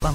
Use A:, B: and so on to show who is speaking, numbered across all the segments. A: bum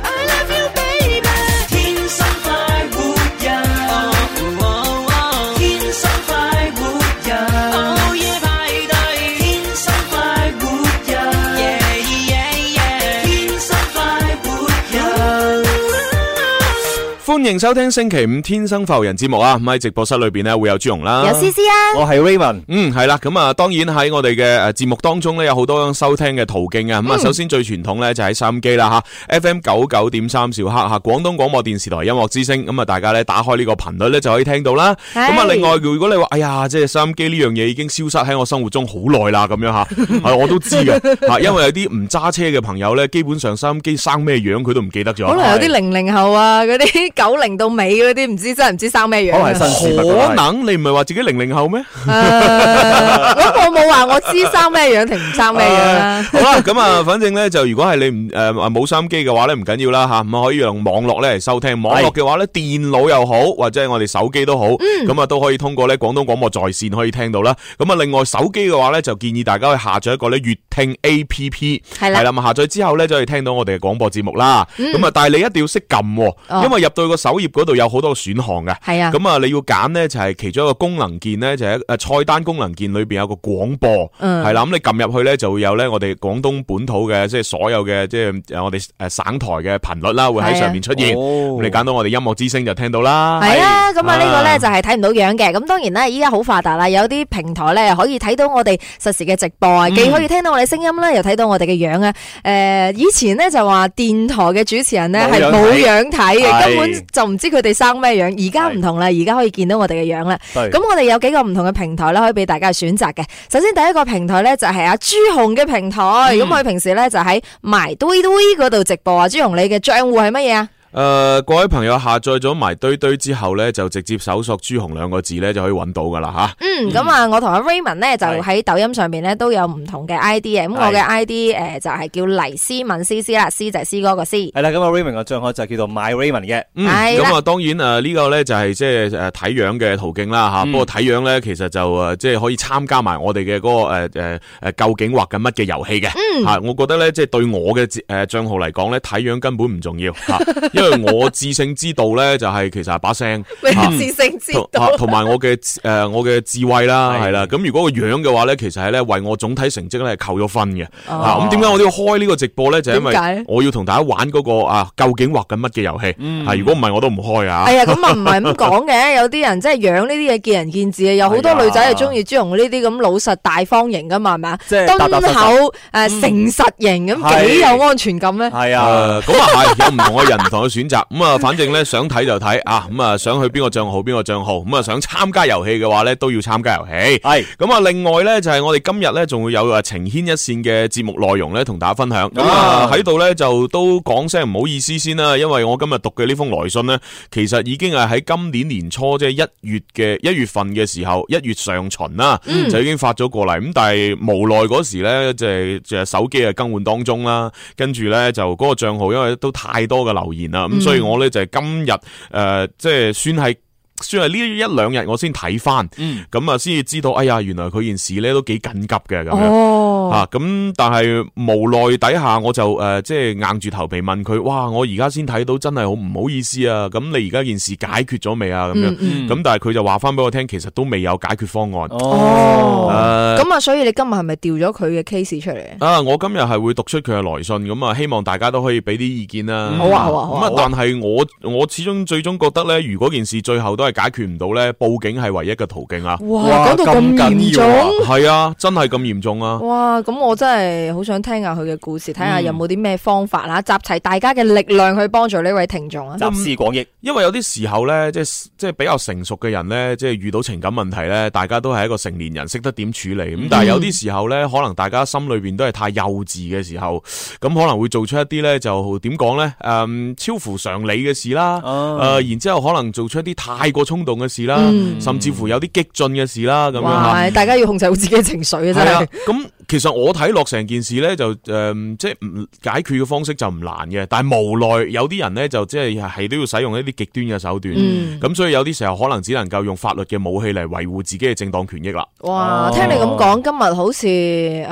A: I love you baby，天生快活人哦哦哦天生快活人，午夜派對，天生快活人，yeah yeah yeah，天生快活人。
B: 欢迎收听星期五天生浮人节目啊！咁喺直播室里边咧会有朱容啦，
C: 有思思啊，
D: 我系 Raymond，
B: 嗯，系啦，咁啊，當然喺我哋嘅诶节目當中咧，有好多收聽嘅途徑
C: 嗯
B: 啊。咁啊，首先最傳統咧就喺收音機啦吓，FM 九九點三兆赫吓，廣東廣播電視台音樂之聲。咁啊，大家咧打開呢個頻率咧就可以聽到啦。
C: 係
B: 咁啊，另外如果你話哎呀，即係收音機呢樣嘢已經消失喺我生活中好耐啦，咁樣 吓，係我都知嘅吓，因為有啲唔揸車嘅朋友咧，基本上收音機生咩樣佢都唔記得咗。
C: 可能有啲零零後啊，嗰啲 九零到尾嗰啲，唔知真係唔知生咩樣啊。
D: 可能係新事物
B: 可能你唔係話自己零零後咩？
C: 誒咁我冇話我知生咩樣定唔生咩樣啦。
B: 好啦，咁啊，反正咧就如果係你唔诶冇收音機嘅話咧，唔緊要啦吓，咁啊可以用網絡咧嚟收聽。網絡嘅話咧，電腦又好，或者係我哋手機都好，咁啊都可以通過咧廣東廣播在線可以聽到啦。咁啊，另外手機嘅話咧，就建議大家去下載一個咧粵聽 A P P，
C: 係啦
B: 係啦，咁下載之後咧就可以聽到我哋嘅廣播節目啦。咁啊，但係你一定要識撳
C: 哦
B: 喎，因為入到個首頁嗰度有好多選項嘅。
C: 係啊，
B: 咁啊，你要揀咧就係其中一個功能鍵咧，就係诶啊菜單功能鍵裏边有個廣播，
C: 嗯
B: 係啦，咁你撳入去咧就會有咧我哋廣東本土嘅即係所有嘅即係呃我哋诶省台嘅頻率啦，會喺上面出現。
D: 哦
B: 咁你揀到我哋音樂之聲就聽到啦。
C: 啊係啊，咁啊呢個
B: 啊
C: 咧就係睇唔到樣嘅。咁當然啦，依家好發達啦，有啲平台咧可以睇到我哋實時嘅直播啊，既可以聽到我哋聲音啦，又睇到我哋嘅樣啊。誒，以前咧就話電台嘅主持人咧係冇
D: 冇
C: 樣睇嘅，
D: 係
C: 根本就唔知佢哋生咩樣。而家唔同啦，而家可以見到我哋嘅樣啦。
D: 對
C: 咁我哋有幾個唔同嘅平台啦，可以俾大家選擇嘅。首先第一個平台咧就係阿朱紅嘅平台，咁佢平時咧就喺埋堆堆嗰度直播啊。朱紅，你嘅賬户係乜嘢啊？
B: 诶、呃各位朋友下載咗埋堆堆之後咧，就直接搜索朱紅兩個字咧就可以揾到噶啦吓。
C: 嗯，咁啊，我同阿 Raymond 咧就
D: 係
C: 喺抖音上面咧都有唔同嘅 ID 嘅，咁
D: 係
C: 我嘅 ID 诶就係叫黎思敏思思啦，思就係思哥個 思，
D: 系啦，咁啊 Raymond 嘅账號就叫做 My Raymond 嘅，
B: 嗯，
C: 係啦
B: 咁啊，當然诶呢個咧就係即係诶睇樣嘅途徑啦吓。
D: 嗯
B: 不過睇樣咧，其實就诶即係可以參加埋我哋嘅嗰個诶诶诶究竟畫緊乜嘅遊戲嘅。
C: 嗯
B: 吓，我覺得咧即係對我嘅诶账号嚟講咧，睇樣根本唔重要 吓，因為我致勝之道咧就係其實係把聲。
C: 你自性知
B: 同
C: 道
B: 啊。同埋我嘅诶我嘅智慧啦，
D: 係
B: 係啦。咁如果個樣嘅話咧，其實係咧為我總體成績咧係扣咗分嘅。啊，
C: 哦
B: 咁點解我都要開呢個直播咧？就因為
C: 點解
B: 我要同大家玩嗰個啊，究竟畫緊乜嘅遊戲。
C: 嗯
B: 啊，如果唔係我都唔開啊
C: 哎。呀，咁啊唔係咁講嘅，有啲人真係養呢啲嘢見仁見智嘅，有好多
D: 係啊
C: 女仔係中意朱紅呢啲咁老實大方型噶嘛，係咪啊？
D: 即係踏踏
C: 敦
D: 實實
C: 厚诶誠實型咁
D: 係
C: 幾有安全感 咧？
D: 係
B: 誒
D: 啊，
B: 咁啊係，有唔同嘅人唔同嘅選擇。咁啊，反正咧想睇就睇啊，咁啊想去邊個帳號邊個帳號，咁啊想參加遊戲嘅話咧都要參加遊戲。
D: 係
B: 咁啊，另外咧就係我哋今日咧仲會有啊情牽一線嘅節目內容咧同大家分享。咁啊
D: 啊
B: 喺度咧就都講聲唔好意思先啦，因為我今日讀嘅呢封來信咧，其實已經係喺今年年初即係一月嘅一月份嘅時候，一月上旬啦，就已經發咗過嚟。咁但係無奈嗰時咧，就係就係手機嘅更換當中啦，跟住咧就嗰個帳號因為都太多嘅留言啦，咁所以我咧就係今日誒即係算係。算係呢一兩日我先睇翻，
D: 嗯，
B: 咁啊，先至知道，哎呀，原來佢件事咧都幾緊急嘅咁樣。
C: 哦，
B: 啊，咁但係無奈底下，我就诶、呃即係硬住頭皮問佢，哇！我而家先睇到，真係好唔好意思啊！咁你而家件事解決咗未啊？咁樣，咁
C: 嗯、嗯，
B: 但係佢就話翻俾我聽，其實都未有解決方案。
C: 哦
B: 誒
C: 咁啊，所以你今日係咪調咗佢嘅 case 出嚟啊？
B: 啊！我今日係會讀出佢嘅來信，咁啊，希望大家都可以俾啲意見啦。
C: 好啊好啊好
B: 咁
C: 啊
B: 啊，但係我我始終最終覺得咧，如果件事最後都係解決唔到咧，報警係唯一嘅途徑啊！
C: 哇，
D: 哇
C: 講到咁
D: 咁緊
C: 嚴
D: 要啊
C: 重。
B: 係啊，真係咁嚴重啊！嗯
C: 哇！咁我真係好想聽下佢嘅故事，睇下有冇啲咩方法啦，集齊大家嘅力量去幫助呢位聽眾啊！
D: 集思廣益，
B: 因為有啲時候咧，即系即系比較成熟嘅人咧，即係遇到情感問題咧，大家都係一個成年人，識得點處理。咁但係有啲時候咧，可能大家心裏边都係太幼稚嘅時候，咁可能會做出一啲咧就點講咧，诶、嗯超乎常理嘅事啦。诶、
D: 哦，
B: 然之后可能做出一啲太過衝動嘅事啦，
C: 嗯
B: 甚至乎有啲激進嘅事啦，咁樣吓。
C: 哇！大家要控制好自己嘅情緒啊，真
B: 係啊
C: 係。，
B: 咁其實我睇落成件事咧，就诶、嗯即係唔解決嘅方式就唔難嘅，但係無奈有啲人咧就即係係都要使用一啲極端嘅手段，
C: 嗯
B: 咁、所以有啲時候可能只能夠用法律嘅武器嚟維護自己嘅正當權益啦。
C: 哇！
D: 哦
C: 聽你咁講，今日好似诶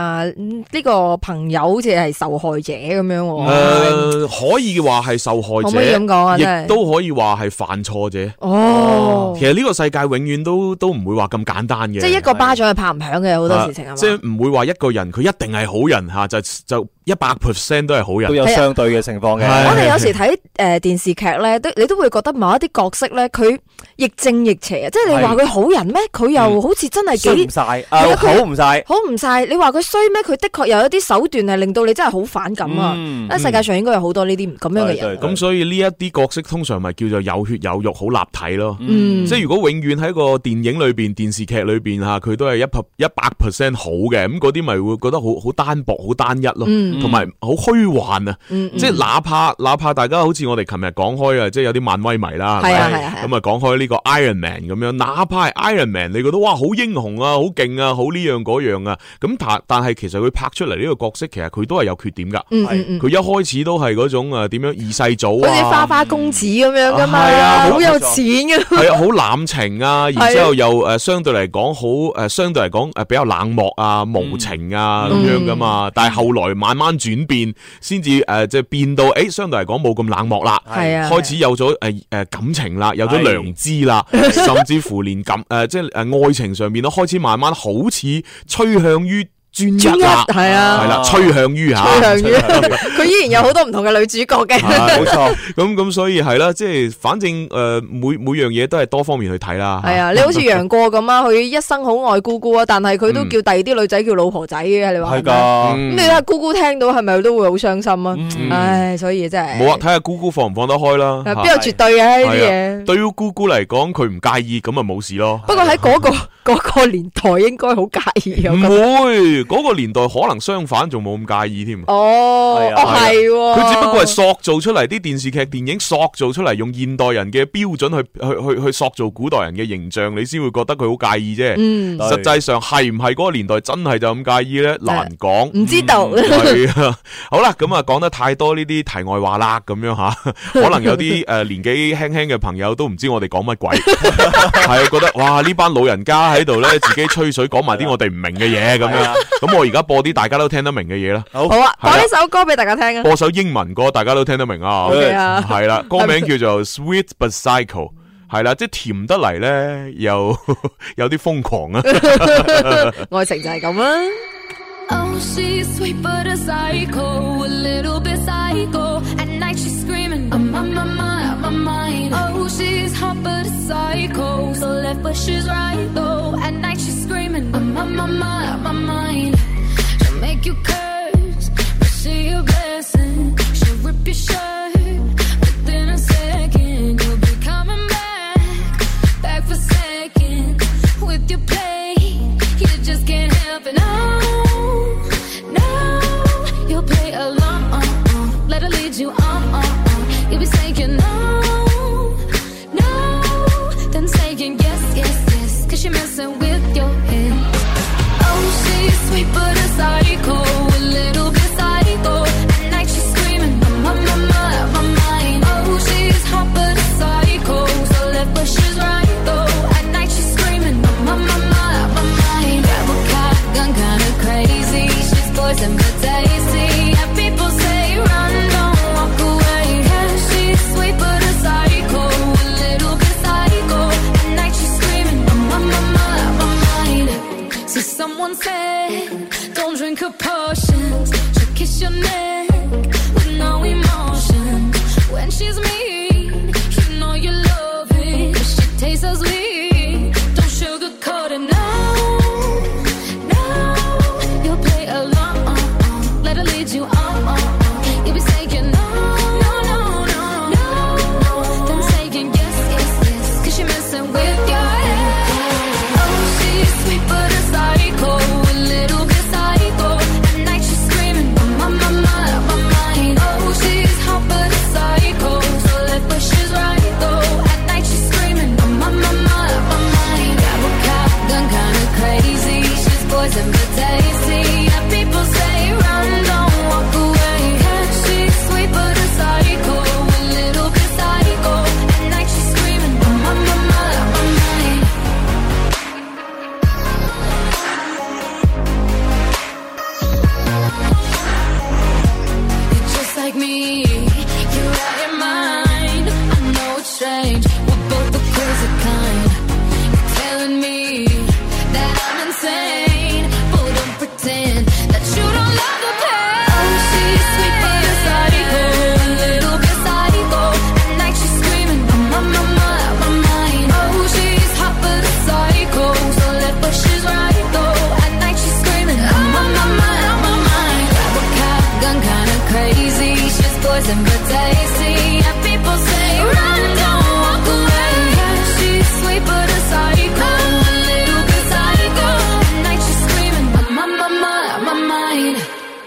C: 呢個朋友好似係受害者咁樣
B: 诶、
C: 喎，
B: 可以話係嗯受害
C: 哦可唔可以
B: 者
C: 咁，講啊？真
B: 亦
C: 係
B: 都可以話係犯錯者。
C: 哦
B: 其，實呢個世界永遠都都唔會話咁簡單嘅，
C: 即係一個巴掌係拍唔響嘅，好多事情係
B: 啊
C: 嘛？
B: 即係唔會話一個人佢一定係好人吓，就就一百 percent 都係好人
D: 都。有相對嘅情況嘅。
B: 係
C: 我哋有時睇诶电视劇咧，都你都會覺得某一啲角色咧，佢亦正亦邪啊！即係你話佢好人咩？佢又
B: 嗯
C: 好似真係
D: 衰唔
C: 幾
D: 晒，啊
C: 係啊佢
D: 好唔晒。
C: 好唔晒。你話佢衰咩？佢的確有一啲手段係令到你真係好反感啊！
D: 嗯
C: 啊，世界上應該有好多呢啲咁樣嘅人
D: 對。
B: 咁所以呢一啲角色通常咪叫做有血有肉，好立體咯。
C: 嗯，
B: 即係如果永遠喺個電影裏边、電視劇裏边吓，佢都係一百一百 percent 好嘅，咁嗰啲咪會覺得好好單薄、好單一咯，
C: 嗯
B: 同埋好虛幻啊！
C: 嗯嗯
B: 即係哪怕哪怕大家好似我哋琴日講開啊，即係有啲漫威迷啦，係
C: 係啊
B: 咪
C: 係啊係啊
B: 咁啊講開呢個 Iron Man 咁樣，哪怕係 Iron Man，你覺得哇好英雄啊，好勁啊，好呢樣嗰樣啊，咁但但係其實佢拍出嚟呢個角色，其實佢都係有缺點㗎。
C: 嗯嗯嗯，
B: 佢一開始都係嗰種誒點樣二世祖
C: 好似花
B: 啊，
C: 花公子咁樣噶
B: 係啊
C: 嘛，
B: 冇
C: 好有錢噶。
B: 係啊，好濫情啊，然之後又誒相對嚟講好誒，相對嚟講誒呃比較冷漠啊、無情啊咁
C: 嗯
B: 樣噶嘛。但係後來慢慢轉變，先至誒即係變到誒相對嚟講冇咁冷漠啦。
C: 係啊，
B: 開始有咗誒誒感情啦，有咗
D: 係
B: 良知 啦，甚至乎連感誒、呃即係誒愛情上面都開始慢慢好似趨向於專
C: 專
B: 一
C: 一
B: 啦，
C: 係
B: 係
C: 啊，
B: 啦，趨向於嚇。
C: 趨向於佢依然有好多唔同嘅女主 角嘅。
D: 冇錯，
B: 咁咁所以係啦，即係反正誒、每每樣嘢都係多方面去睇啦。
C: 系啊，你好似杨過咁啊，佢一生好愛姑姑啊，但係佢
B: 嗯
C: 都叫第二啲女仔叫老婆仔嘅，你話
D: 係
C: 係咪
D: 㗎。
C: 咁你睇下姑姑聽到係咪都會好傷心啊？
B: 嗯
C: 唉，所以真係
B: 冇啊，睇下姑姑放唔放得開啦。嚇
C: 啊邊有絕對嘅呢啲嘢。
B: 對於姑姑嚟講，佢唔介意，咁咪啊冇事咯。
C: 不過喺嗰個 嗰個年代應該好介意
B: 唔
C: 啊。
B: 會，嗰、個年代可能相反，仲冇咁介意添。
C: 哦，
D: 係啊
C: 哦係喎，
B: 佢只不過係塑造出嚟啲電視劇、電影塑造出嚟，用現代人嘅標準去去去去塑造古代人嘅形象，你先會覺得佢好介意啫。
C: 嗯
B: 實際上係唔係嗰個年代真係就咁介意呢？難講。
C: 唔知道。
B: 係啊，好啦，咁啊講得太多呢啲題外話啦，咁樣吓， 可能有啲诶年紀輕輕嘅朋友都唔知我哋講乜鬼， 係啊覺得哇呢班老人家喺度呢，自己吹水講埋啲我哋唔明嘅嘢 咁
D: 係
B: 樣，
D: 啊
B: 咁我而家播啲大家都聽得明嘅嘢啦，
D: 好
C: 好啊，
B: 係啊
C: 講呢首歌俾大家聽啊。
B: 播首英文歌大家都聽得明啊。
C: OK 啊，
B: 系 啦，歌名叫做 Sweet But Psycho，系啦，即系甜得嚟咧，又 有啲瘋狂啊！
C: 愛情就係咁啦。
E: Oh, she's sweet but a psycho, a little bit psycho. At night she's screaming, I'm on my mind, out my mind. Oh, she's hot but a psycho, so left but she's right though. At night she's screaming, I'm on my mind, out my mind. She'll make you curse, but she a blessing. She'll rip your shirt within a second. You'll be coming back, back for seconds with your play. You just can't help it. No, no, you'll play along. Uh, uh. Let her lead you on. Uh, uh. You'll be saying no, no, then saying yes, yes, yes. Cause you're messing with your head. Oh, she's sweet but a psycho, a little bit psycho. At night she's screaming, I'm on my mind, out my mind. Oh, she's hot but a psycho, so left but she's right though. At night she's screaming, I'm on my mind, out my mind. Grab a cop, gun kinda crazy, she's poison but tasty. And people say run, don't walk away. Yeah, she's sweet but a psycho, a little bit psycho. At night she's screaming, I'm on my mind, out my mind. So someone said, don't drink her potions. She'll kiss your neck with no emotion. When she's mean, you know you love it. 'Cause She tastes so sweet, don't sugarcoat it. No, no, you'll play along. uh, uh. Let her lead you on. uh, uh. You'll be saying no, no, no, no, no. Then saying yes, yes, yes. Cause you're messing with your head. Oh, she's sweet but a psycho, a little bit psycho. At night she's screaming, I'm on my mind, on my mind. Oh, she's hot but a psycho, so left but she's right though. At night she's screaming, I'm on my mind, on Oh, Oh, "Oh, boys and good days. See, and people say, run, don't walk away. She's sweet but a psycho, a little bit psycho. At night she's screaming, I'm on my mind, I'm on my mind.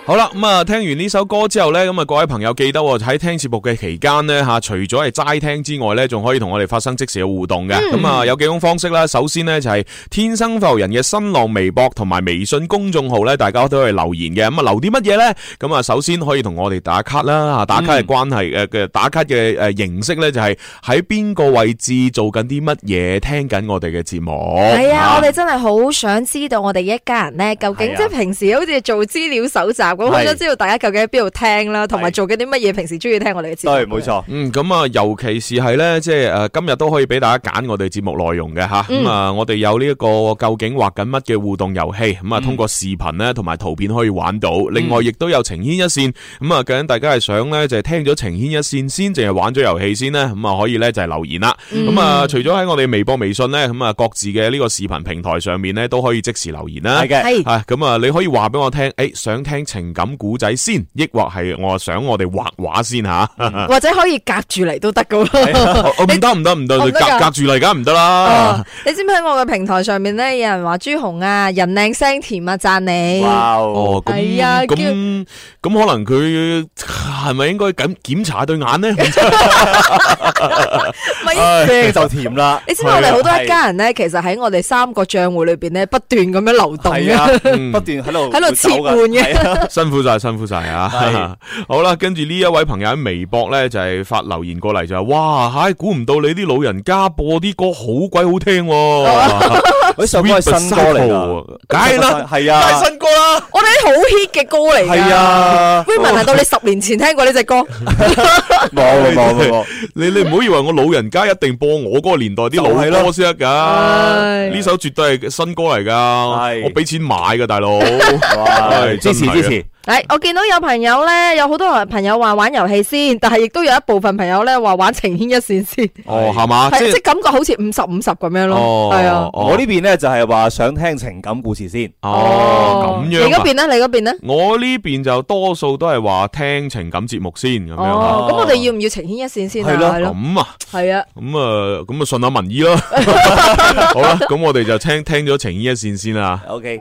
B: 好啦，咁啊，听完呢首歌之後呢，咁啊，各位朋友記得喎喺聽節目嘅期間呢，吓，除咗係齋聽之外呢，仲可以同我哋發生即時嘅互動嘅。咁啊、有幾種方式啦。首先呢，就係天生浮人嘅新浪微博同埋微信公眾號呢，大家都可以留言嘅。咁啊，留啲乜嘢呢？咁啊，首先可以同我哋打卡啦，吓，打卡嘅關係诶嘅打卡嘅诶形式呢，就係喺邊個位置做緊啲乜嘢，聽緊我哋嘅節目。
C: 系啊，
B: 嚇
C: 我哋真係好想知道我哋一家人咧，究竟
D: 係啊
C: 即係平時好似做資料搜集咁，好想知道大家究竟喺邊度聽啦，同埋
D: 係
C: 做緊啲乜嘢，平時中意聽我哋嘅節目。
D: 對，冇。錯。
B: 嗯，咁啊，尤其是係咧，即係诶、呃今日都可以俾大家揀我哋節目內容嘅吓。咁、
D: 嗯
B: 啊，我哋有呢一個究竟畫緊乜嘅互動遊戲，咁啊，
D: 嗯
B: 通過視頻咧同埋圖片可以玩到。另外，亦都有情牽一線。咁啊，究竟大家係想咧就係聽咗情牽一線先，定係玩咗遊戲先呢？咁啊，可以咧就係留言啦。
D: 嗯
B: 咁啊，除咗喺我哋微博、微信咧，咁啊，各自嘅呢個視頻平台上面咧都可以即時留言啦。
D: 係嘅，
C: 係
B: 啊，咁啊，你可以話俾我聽，诶、想聽情感古仔先，抑或係我想我哋畫畫先吓。
C: 或者可以夾住嚟都得噶喎。
B: 哦哦唔得唔得唔得，
C: 哦唔
B: 隔
C: 得㗎
B: 隔住嚟梗係唔得啦
C: 哦。 你知唔知喺我嘅平台上面咧，有人話朱紅啊，人靚聲甜啊，讚你。
D: 哇哦，
B: 哦，咁
C: 係啊叫
B: 咁咁，可能佢係咪應該咁檢查對眼咧？
C: 咪
D: 聲 就甜啦。
C: 你知唔知我哋
B: 啊
C: 好多一
D: 係
C: 家人咧，其實喺我哋三個賬户裏边咧，不斷咁樣流動
D: 係
C: 嘅。
D: 啊，
B: 嗯
D: 不斷喺度
C: 喺度切換嘅
D: 係啊
B: 辛苦晒，辛苦晒啊！ 好啦，跟住呢一位朋友喺微博咧就係發留言過嚟就係哇，唉，估唔到你啲老人家播啲歌好鬼好聽喎，
D: 嗰首歌係新歌嚟㗎，
B: 啊梗係啦，
D: 係
B: 梗
D: 啊，
B: 係新歌啦。
C: 我哋啲好 hit 嘅歌嚟㗎。
D: 係啊
C: w i m a n
B: 哦
C: 到你十年前聽過呢只 歌，
D: 冇冇冇冇。
B: 你你唔好以為我老人家一定播我嗰個年代啲
D: 就
B: 老
D: 係咯
B: 歌先得㗎，
C: 唉
B: 呢首絕對係新歌嚟㗎，
D: 係
B: 我俾錢買㗎， 大佬。
D: 哇！支持
B: 真係啊
D: 支持，
C: 诶，哎我見到有朋友咧，有好多人朋友話玩遊戲先，但係亦都有一部分朋友咧話玩情牽一線先，
B: 哦，係嘛，
C: 係
B: 即
C: 即系
B: 係
C: 感覺好似五十五十咁樣
B: 哦
C: 咯，係啊。
B: 哦
D: 我呢邊咧就係話想聽情感故事先，
B: 哦咁
C: 你
B: 樣
C: 嗰
B: 啊。
C: 邊咧？你嗰邊咧？
B: 我呢邊就多數都係話聽情感節目先咁樣啊。
C: 哦，咁我哋要唔要情牽一線先啊？
D: 係咯
C: 係咯，
B: 咁啊，
C: 係啊。
B: 咁啊，咁啊，順下民意 咯。好啦，咁我哋就聽聽咗情牽一線先啦。
D: OK，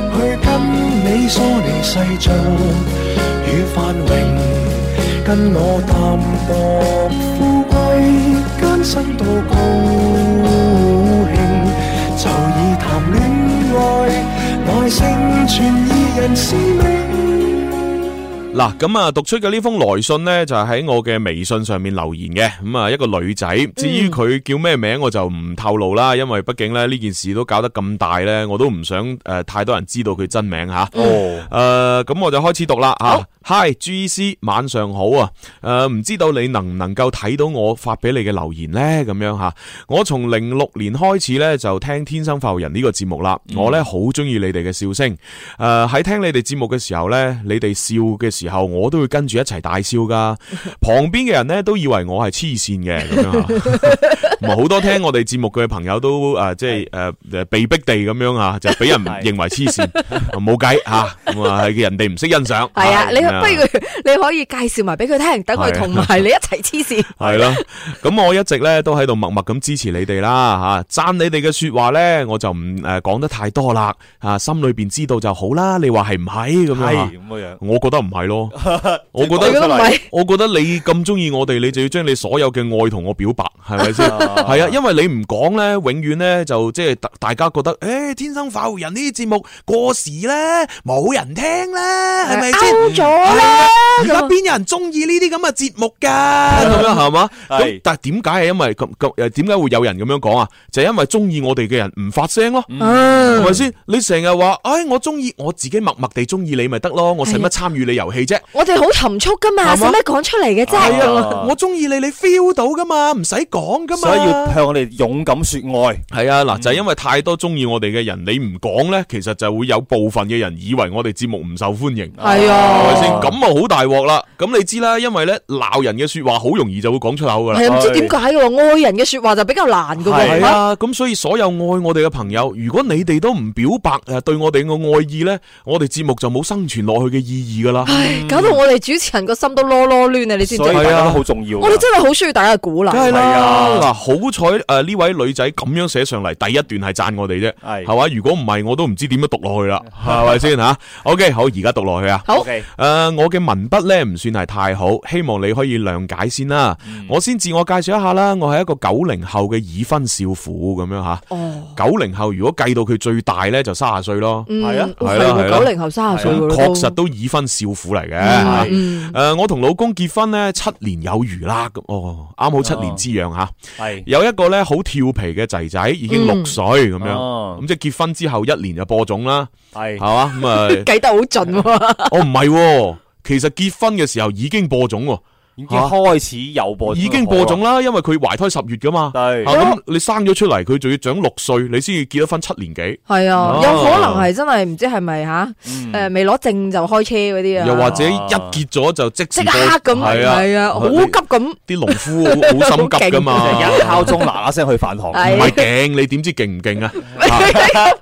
F: 去跟你梳理世俗與繁榮，跟我淡薄富貴艱辛到高興，就以談戀愛耐性全意人使命。
B: 嗱，咁啊，讀出嘅呢封來信呢，就係喺我嘅微信上面留言嘅。咁啊，一個女仔，至於佢叫咩名，我就唔透露啦，因為畢竟咧呢件事都搞得咁大呢，我都唔想诶太多人知道佢真名吓。
D: 哦，
B: 诶，咁、我就開始讀啦吓。Hi G C，晚上好啊。诶、唔知道你能唔能夠睇到我發俾你嘅留言呢？咁樣吓，我從零六年開始呢，就聽《天生浮人》呢個節目啦。
C: 嗯
B: 我呢，好中意你哋嘅笑聲。诶、喺聽你哋節目嘅時候呢，你哋笑嘅時候，我都會跟住一齊大笑 噶。旁邊嘅人呢，都以為我係黐線嘅咁 樣吓。唔係好多聽我哋節目嘅朋友都诶、呃即係诶诶被逼地咁樣吓，就俾人
D: 係
B: 認為黐線。 冇計吓，咁啊係人哋唔識欣賞。
C: 係啊，你
B: 咁
C: 不如你可以介紹埋俾佢聽，等佢
B: 係啊
C: 同埋你一齊黐線。
B: 系啦，咁我一直咧都喺度默默咁支持你哋啦吓，赞你哋嘅说話咧，我就唔诶讲得太多啦，啊心裏边知道就好啦。你話係唔係咁
D: 係
B: 样？
D: 咁嘅樣。
B: 我覺得唔係咯，我覺
C: 你覺
B: 得
C: 得唔係？
B: 我覺得你咁中意我哋，你就要將你所有嘅愛同我表白，係咪先？係啊，因為你唔講咧，永遠咧就即係大大家覺得，诶、天生化育人呢啲節目過時咧，冇人聽咧，係咪先？啊
C: out 咗我啦。
B: 而家邊有人中意呢啲咁嘅節目㗎？咁啊樣係嘛？咁
D: 係
B: 但係點解係因為咁咁誒？點解會有人咁樣講啊？就係因為中意我哋嘅人唔發聲咯，係咪先？你成日話，唉，我中意我自己默默地中意你咪得咯，我使乜參與你遊戲啫？
C: 我哋好含蓄噶嘛，
B: 係
C: 使
B: 嘛
C: 乜講出嚟嘅
B: à?
D: 係
C: 啫？
D: 啊
B: 我中意你，你 feel 到噶嘛，唔使講噶嘛。
D: 所以要向我哋勇敢说愛。
B: 系啊，嗱，就係因為太多中意我哋嘅人，你唔講呢，其實就會有部分嘅人以為我哋節目唔受歡迎，係
C: 係
B: 咪先？
C: 啊，
B: 咁啊好大鑊啦！咁你知啦，因為呢鬧人嘅说話好容易就會講出口噶啦。
C: 係啊唔知點解嘅喎，愛人嘅说話就比較難噶
B: 係
C: 喎。
B: 啊，咁所以所有愛我哋嘅朋友，如果你哋都唔表白诶对我哋嘅愛意呢，我哋節目就冇生存落去嘅意義 噶啦。
C: 唉，搞到我哋主持人個心都囉囉攣啊！你知唔
D: 所以
C: 知
D: 大
C: 啊？
D: 家都好重要㗎。
C: 我哋真係好需要大家嘅鼓勵
B: 梗。係
D: 係
B: 啦，
D: 啊
B: 嗱，好彩诶呢位女仔咁樣寫上嚟，第一段係讚我哋啫，
D: 係
B: 係嘛？如果唔係，我都唔知點樣讀落去啦，係咪先吓？OK，好，而家讀落去啊。
C: 好，
D: OK，
B: 诶、我嘅文筆咧唔算係太好，希望你可以諒解先啦。我先自我介紹一下啦，我係一個九零後嘅已婚少婦咁樣吓。
C: 哦，
B: 九零後如果計到佢最大咧就卅歲咯，
C: 嗯，
D: 係啊
B: 係啦係啦
C: 九零後三十歲
B: 咁
C: 噶，
B: 確實都已婚少婦嚟嘅。
D: 嗯
B: 係誒、我同老公結婚咧七年有餘啦，咁哦，啱好七年之癢吓，
D: 系
B: 有一個咧好調皮嘅仔仔，已經六歲咁樣，
D: 哦
B: 咁即係結婚之後一年就播種啦，係
D: 系
B: 嘛咁啊
C: 計得好盡喎。
B: 哦唔係喎，其實結婚嘅時候已經播種喎。
D: 已經開始有播，
B: 已經播種。啦，因為佢懷胎十月噶嘛。
D: 對
B: 啊咁你生咗出嚟，佢仲要長六歲，你先至結咗婚七年幾，
C: 係啊
B: 哦，
C: 有可能係真係唔知係咪吓，诶未攞證就開車嗰啲啊。
B: 又或者一結咗就即
C: 即
B: 時
C: 刻
B: 播
C: 咁，
B: 係啊，
C: 係啊，好急咁。
B: 啲農夫好好心急噶 嘛，
D: 一
B: 唔
D: 敲鐘嗱嗱聲去飯堂，
C: 係
B: 係勁，你點知勁唔勁 啊？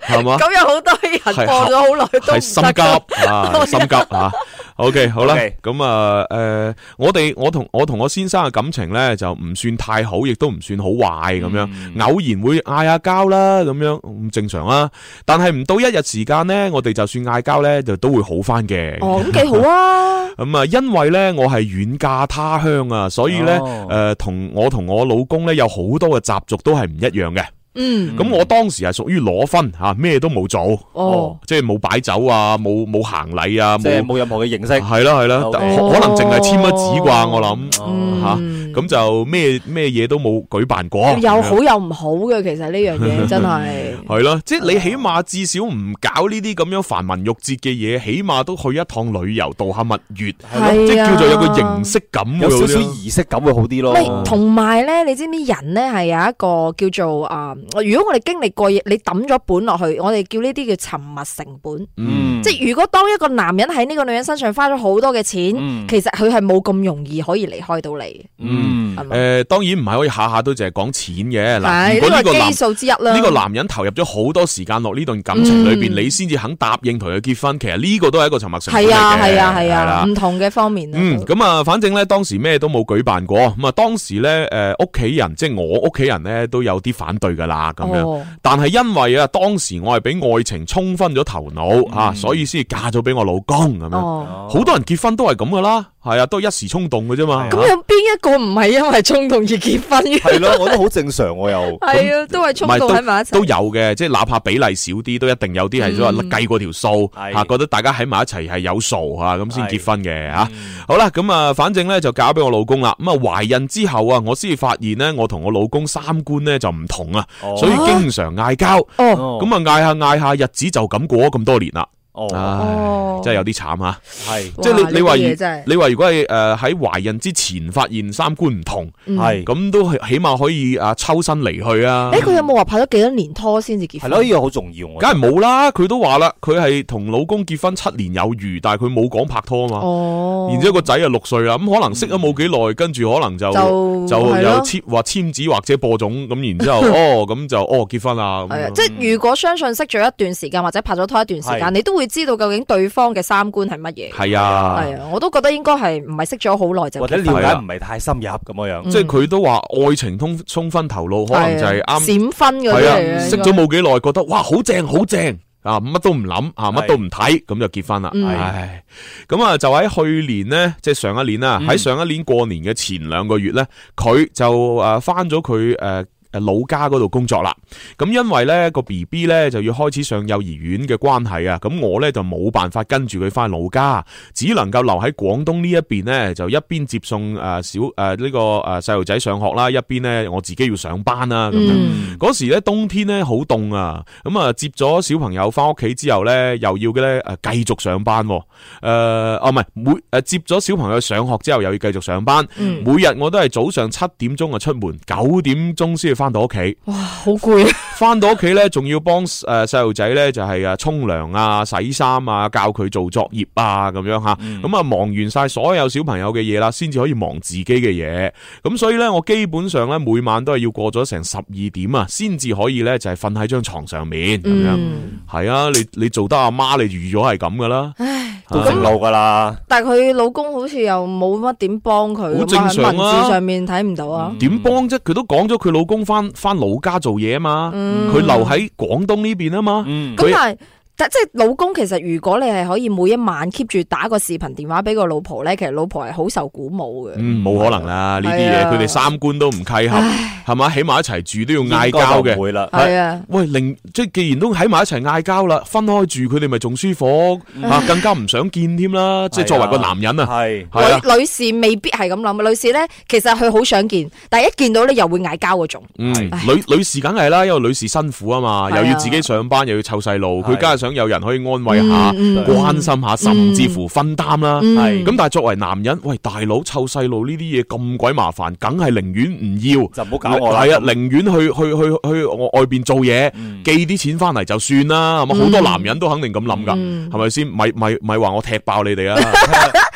B: 係嘛，
C: 咁有好多人播咗好耐都
B: 啊係
C: 唔
B: 心
C: 得 㗎
B: 急啊，心急啊。OK，好啦
D: OK，
B: 咁啊，诶，我哋我同我同我先生嘅感情咧就唔算太好，亦都唔算好壞咁樣。
C: 嗯
B: 偶然會嗌下交啦，咁樣咁正常啦。但係唔到一日時間呢，我哋就算嗌交呢，就都會好翻嘅。
C: 哦，咁幾好啊！
B: 咁啊，因為呢，我係遠嫁他鄉啊，所以呢，誒、
D: 哦
B: 同我同我老公呢，有好多嘅習俗都係唔一樣嘅。
C: 嗯，
B: 咁、我當時係屬於攞分嚇，咩、都冇做，
C: 哦，
B: 即係冇擺酒啊，冇冇行禮啊，
D: 即係
B: 冇
D: 冇任何嘅形式。
B: 係啦係啦，
D: 哦
B: 可可能淨係簽一紙啩，我諗
C: 嗯
B: 嚇，咁、就咩咩嘢都冇舉辦過。
C: 有好有唔好嘅，其實呢樣嘢 真係。
B: 系咯，即系
D: 啊
B: 你起碼至少唔搞呢啲咁樣繁文缛節嘅嘢，起碼都去一趟旅遊度下蜜月，
C: 係啊
B: 即系叫做有個形式感喎，
D: 有少少
B: 嗰啲
D: 儀式感會好啲咯。
C: 喂，同埋咧，你知唔知人咧係有一個叫做啊、如果我哋經歷過嘢，你抌咗本落去，我哋叫呢啲叫沉沒成本。
D: 嗯，
C: 即係如果當一個男人喺呢個女人身上花咗好多嘅錢，
D: 嗯
C: 其實佢係冇咁容易可以離開到你
D: 嗯
C: 嘅，係咪？
B: 诶、當然唔係可以下下都淨係講錢嘅嗱。如
C: 係
B: 果呢
C: 呢
B: 個
C: 個係
B: 男
C: 基數之一啦。
B: 呢個男人投入咗好多時間落呢段感情裏边，
C: 嗯
B: 你先至肯答應同佢結婚，其實呢個都係一個沉默成本嚟嘅
C: 係啊係啊係
B: 係啦
C: 啊，唔同嘅方面啊。
B: 嗯，咁啊，反正咧當時咩都冇舉辦過，咁啊當時咧诶屋企人即係我屋企人咧都有啲反對噶啦咁樣。
C: 哦
B: 但係因為啊，當時我係俾愛情沖昏咗頭腦啊，所以先嫁咗俾我老公咁樣。
C: 嗯哦，
B: 好多人結婚都係咁噶啦，係啊，都係一時衝動嘅啫嘛。
C: 咁有邊一個唔係因為衝動而結婚嘅？
D: 係咯，我都好正常，我又。
C: 係啊，都係
B: 唔
C: 衝
B: 係
C: 動
B: 都
C: 喺埋一齊。
B: 都有嘅，即係哪怕比例少啲，都一定有啲係話計過條數
D: 係
B: 嚇，覺得大家喺埋一齊係有數嚇，咁先
D: 係
B: 結婚嘅嚇。
D: Ừ.
B: 好啦，咁啊，反正咧就嫁俾我老公啦。咁啊，懷孕之後啊，我先至發現咧，我同我老公三觀咧就唔同啊，
D: 哦
B: 所以經常嗌交。
C: 哦
D: 哦
B: 咁啊，嗌下嗌下，日子就咁過咗咁多年啦。
D: 哦，
B: 唉
C: 哦，
B: 真係有啲慘啊！
D: 係
C: 哇
B: 即係你
C: 呢
B: 你話
C: 啲嘢
B: 如
C: 真係
B: 你話如果係诶喺懷孕之前發現三觀唔同，
D: 係
B: 咁都係起碼可以啊抽身離去啊。
C: 诶，佢有冇話拍咗幾多年拖先至結
D: 係
C: 婚？
D: 咯，呢個好重要。我覺
B: 梗
D: 得
B: 係冇啦，佢都話啦，佢係同老公結婚七年有餘，但係佢冇講拍拖啊嘛。
C: 哦，
B: 然之後個仔啊六歲啦，咁可能識咗冇幾耐，跟住可能就
C: 就係
B: 有
C: 咯
B: 簽話簽紙或者播種咁，然之後哦咁就哦結婚啦。咁
C: 係啊
B: 樣，
C: 即係如果相信識咗一段時間或者拍咗拖一段時
D: 係
C: 間，你都會知道究竟對方嘅三觀係乜嘢。
B: 係啊，
C: 係啊，我都覺得應該係唔係識咗好耐就
D: 或者
C: 結婚
D: 了
B: 係
D: 解
B: 啊
D: 唔係太深入咁樣
C: 嗯
D: 樣。
B: 即係佢都話愛情通沖昏頭腦，可能就係啱
C: 閃婚嗰啲
B: 係
C: 嚟
B: 啊，
C: 嘅。
B: 識咗冇幾耐，覺得哇好正好正啊，乜都唔諗啊，乜都唔睇，咁就結婚啦。
C: 嗯
B: 唉，咁啊就喺去年呢，即係
C: 嗯
B: 啊上一年啦，喺上一年過年嘅前兩個月呢，佢就诶翻咗佢诶诶老家嗰度工作啦。咁因為呢個 B B 呢就要開始上幼兒園嘅關係啊，咁我呢就冇辦法跟住佢翻老家，只能夠留喺廣東呢一邊呢，就一邊接送诶小诶呢個诶细路仔上學啦，一邊呢我自己要上班啦咁樣。
C: 嗯，
B: 嗰時咧冬天咧好凍啊，咁啊接咗小朋友翻屋企之後咧，又要嘅咧誒繼續上班喎、誒哦唔係每誒接咗小朋友上學之後，又要繼續上班。
C: 嗯
B: 每日我都係早上七點鐘就出門，九點鐘先至翻到屋企。
C: 哇，好攰啊！
B: 翻到屋企咧，仲要幫誒細路仔咧就係啊沖涼啊、洗衫啊、教佢做作業啊咁樣吓。
C: 嗯
B: 咁啊忙完晒所有小朋友嘅嘢啦，先至可以忙自己嘅嘢。咁所以咧，我基本上咧每晚都係要過咗成十二點啊，先至可以咧就係瞓喺張床上面咁樣。
C: 嗯，
B: 係啊，你你做得阿媽，你預咗係咁噶啦。
C: 唉，
D: 都正路噶啦，
C: 但系佢老公好似又冇乜點幫佢，
B: 好正常啊嗯
C: 文字上面睇唔到啊。
B: 點幫啫？佢都講咗佢老公翻翻老家做嘢啊嘛，
C: 嗯
B: 佢留喺廣東呢邊啊嘛。
D: 嗯，
C: 咁
B: 佢
C: 但系。但即係老公，其實如果你係可以每一晚 keep 住打個視頻電話俾個老婆咧，其實老婆係好受鼓舞嘅。
B: 嗯，冇可能啦，呢啲
C: 係
B: 嘢
C: 啊
B: 佢哋三觀都唔契合，係嘛？起埋一齊住都要嗌交
D: 應該就
B: 嘅
D: 唔。會啦，
C: 係啊，
B: 喂，另即係既然都喺埋一齊嗌交啦，分開住佢哋咪仲舒服啊，更加唔想見添啦。即係作為個男人啊，
D: 係
B: 係啊，
C: 女女士未必係咁諗，女士咧其實佢好想見，但係一見到咧又會嗌交嗰種。
B: 嗯，
C: 唉
B: 女女士梗係啦，因為女士辛苦啊嘛，
C: 係啊
B: 又要自己上班，又要湊細路，佢
D: 係
B: 加上有人可以安慰下、
C: 嗯
B: 關心下，甚至乎分擔啦。
D: 係
B: 咁但係作為男人，喂大佬湊細路呢啲嘢咁鬼麻煩，梗係寧願唔要。
D: 就唔好搞我啦，
B: 系啊，寧願去去去去我外边做嘢，
C: 嗯
B: 寄啲錢翻嚟就算啦，係嘛？好多男人都肯定咁諗噶，
C: 嗯
B: 係咪先？咪咪咪話我踢爆你哋 啊，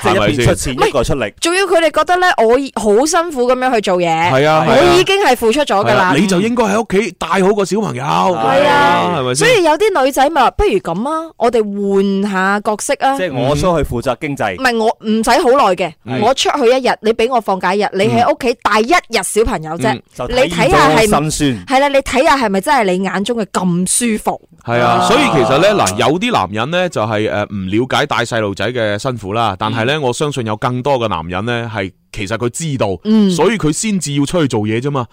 D: 即係
B: 係咪
D: 一邊
B: 先？
D: 出錢一個出力，
C: 仲要佢哋覺得咧，我已好辛苦咁樣去做嘢，
B: 係啊，係
C: 我
B: 啊
C: 已經係付出咗㗎
B: 係啊
C: 啦。
B: 你就應該喺屋企帶好個小朋友，係
C: 啊
B: 係咪
C: 所
B: 先？
C: 以有啲女仔咪話，不如咁啊，我哋換下角色啊
D: 即。係我需去負責經濟
C: 唔，係我唔使好耐嘅，
B: 嗯
C: 我出去一日，你俾我放假一日，你喺屋企帶一日小朋友啫
B: 嗯。
D: 嗯就
C: 你睇
D: 睇
C: 下係
D: 下心酸，
C: 係啦，你睇下係咪真係你眼中嘅咁舒服？
B: 係啊，所以其實咧嗱，有啲男人咧就係诶唔了解帶細路仔嘅辛苦啦，但
C: 嗯
B: 係咧我相信有更多嘅男人咧係其實佢知道，
C: 嗯
B: 所以佢先至要出去做嘢啫 嘛，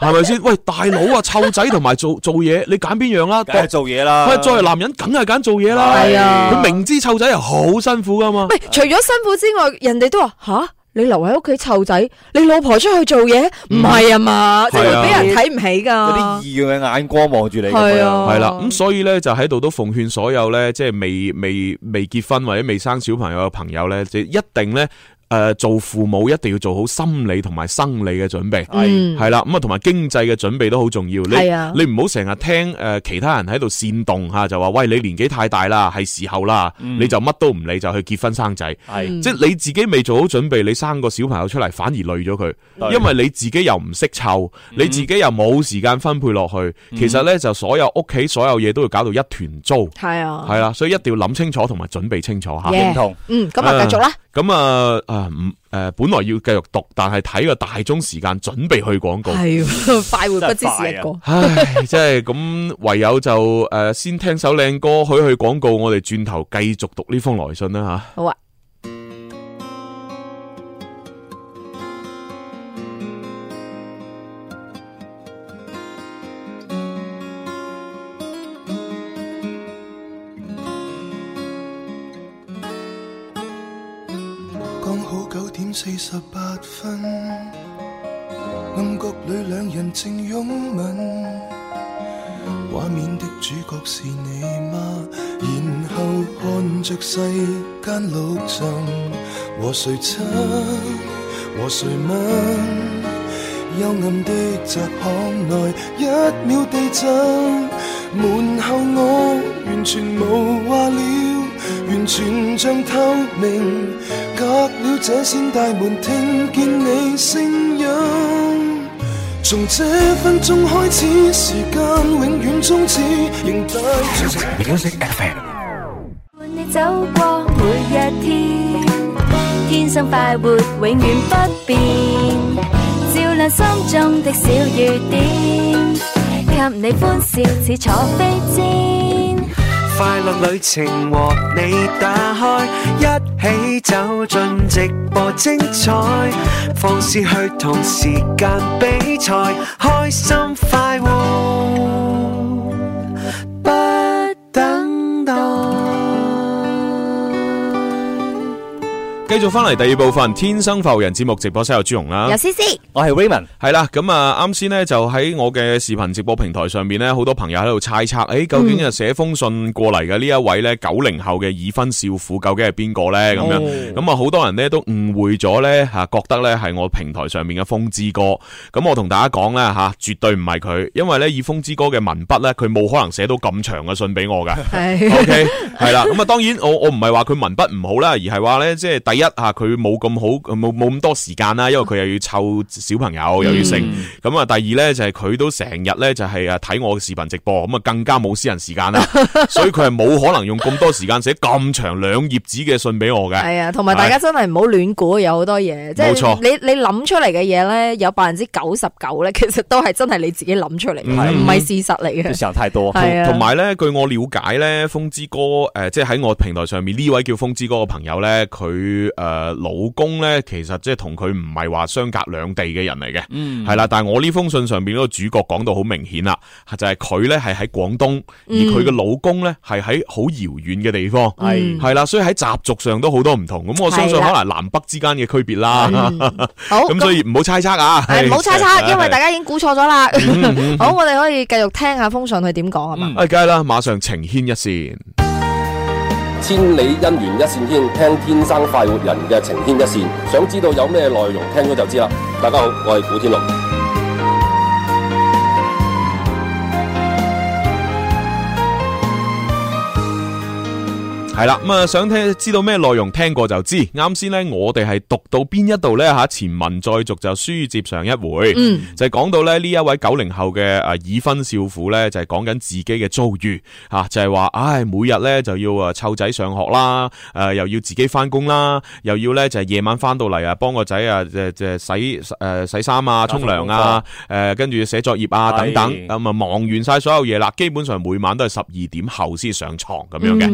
B: 係咪先？喂，大佬啊，湊仔同埋做做嘢，你揀邊樣啊 啦？
D: 梗係做嘢啦，
B: 佢作為男人，梗係揀做嘢啦。
C: 啊係啊
B: 佢明知湊仔係好辛苦噶嘛。
C: 喂，除咗辛苦之外，人哋都話吓。你留喺屋企湊仔，你老婆出去做嘢，唔係啊嘛，即係
B: 係啊
C: 會俾人睇唔起
D: 有啲
C: 㗎。
D: 異樣嘅眼光望住你咁
C: 係
D: 樣，
C: 啊，
B: 係啦，咁所以咧就喺度都奉勸所有咧，即係未未未結婚或者未生小朋友嘅朋友咧，就一定咧诶、呃做父母一定要做好心理同埋生理嘅準備。
C: 嗯
B: 係啦，咁啊，同埋經濟嘅準備都好重要。你
C: 係啊
B: 你唔好成日聽诶其他人喺度煽動吓，就話喂你年紀太大啦，係時候啦，你就乜都唔理就去結婚生仔。
D: 係
B: 即係你自己未做好準備，你生個小朋友出嚟反而累咗佢，
C: 嗯
D: 對
B: 因為你自己又唔識湊，你自己又冇時間分配落去，
C: 嗯
B: 其實呢，就所有屋企所有嘢都要搞到一團糟，
C: 係啊，
B: 係啦，所以一定要諗清楚同埋準備清楚吓。
C: Yeah
D: 認同，
C: 嗯，咁啊，繼續啦，
B: 咁啊啊唔诶，本來要繼續讀，但係睇個大鐘時間準備去廣告。
C: 係 喎快活不知是一
D: 真係
C: 個
D: 快。啊
B: 唉，即係咁，唯有就诶、呃先聽首靚歌，許去廣告，我哋轉頭繼續讀呢封來信啦吓。
C: 好啊。
F: 講好九點四十八分，暗角裏兩人正擁吻，畫面的主角是你嗎？然後看着世間六塵，和誰親，和誰吻？幽暗的窄巷內，一秒地震，門後我完全無話了，完全像透明。隔了這扇大門，聽見你聲音。從這分鐘開始，時間永遠終止，仍帶住。
G: 伴你走過每一天，天生快活，永遠不變。照亮心中的小雨點，給你歡笑似坐飛氈。
F: 快樂旅程和你打開，一起走進直播精彩，放肆去同時間比賽，開心快活，不等待。
B: 继续翻嚟第二部分《天生浮人》节目直播室有朱容啦，
C: 有思思，
D: 我係 Raymond，
B: 系啦，咁啊，啱先咧就喺我嘅視頻直播平台上面咧，好多朋友喺度猜測，诶、究竟啊寫封信過嚟嘅呢一位咧九零後嘅已婚少婦究竟係邊個咧？咁樣，咁啊好多人咧都誤會咗咧吓，覺得咧係我平台上面嘅風之歌。咁我同大家講啦吓，絕對唔係佢，因為咧以風之歌嘅文筆咧，佢冇可能寫到咁長嘅信俾我
D: 啊
B: 噶。
C: 係
B: O K，系啦，咁啊，當然我我唔係話佢文筆唔好啦，而係話咧，即係第一吓佢冇咁好，冇冇咁多時間啦，因為佢又要湊小朋友，又要成，咁啊，第二咧就係佢都成日咧就係啊睇我嘅視頻直播，咁啊更加冇私人時間啦，所以佢係冇可能用咁多時間寫咁長兩頁紙嘅信俾我嘅。
C: 系啊，同埋大家真係唔好亂估，有好多嘢，即
B: 冇錯
C: 係你你谂出嚟嘅嘢咧，有百分之九十九咧， 其實都係真係你自己諗出嚟，嘅，
B: 嗯
C: 唔係事實嚟
D: 都
C: 嘅。
D: 想太多。
C: 係啊，
B: 同埋咧，據我了解咧，風之歌誒、呃即係喺我平台上面呢位叫風之歌嘅朋友咧，佢誒、呃老公咧，其實即係同佢唔係話相隔兩地嘅人嚟嘅，嗯，係啦。但係我呢封信上邊嗰個主角講到好明顯啦，就係佢咧係喺廣東，而佢嘅老公咧係喺好遙遠嘅地方，
C: 嗯
B: 係啦，所以喺習俗上都好多唔同。咁我相信
C: 係
B: 可
C: 啦
B: 能南北之間嘅區別啦。
C: 嗯好
B: 咁所以唔好猜測啊，
C: 诶，唔好猜 測，因為大
B: 家
C: 家已經估錯咗啦。 好，我哋可以繼續聽下封信佢點講啊嘛。
B: 嗯哎梗係啦，馬上情牽一線。
H: 千里姻緣一線牽，聽天生快活人嘅情牽一線。想知道有咩內容，聽咗就知啦。大家好，我係古天樂。
B: 系啦，咁啊想聽知道咩內容，聽過就知。啱先呢，我哋係讀到邊一度呢？吓，前文再續就書接上一回，
C: 嗯
B: 就係講到咧呢一位九零後嘅呃诶已婚少婦呢，就係講緊自己嘅遭遇吓、啊就係話唉每日呢就要啊湊仔上學啦，诶、又要自己翻工啦，又要呢就係夜晚翻到嚟啊幫個仔啊即即洗诶洗衫啊、沖涼啊、诶跟住寫作業啊等等，
C: 嗯
D: 係
B: 咁啊忙完晒所有嘢啦，基本上每晚都係十二點後先上床咁樣嘅。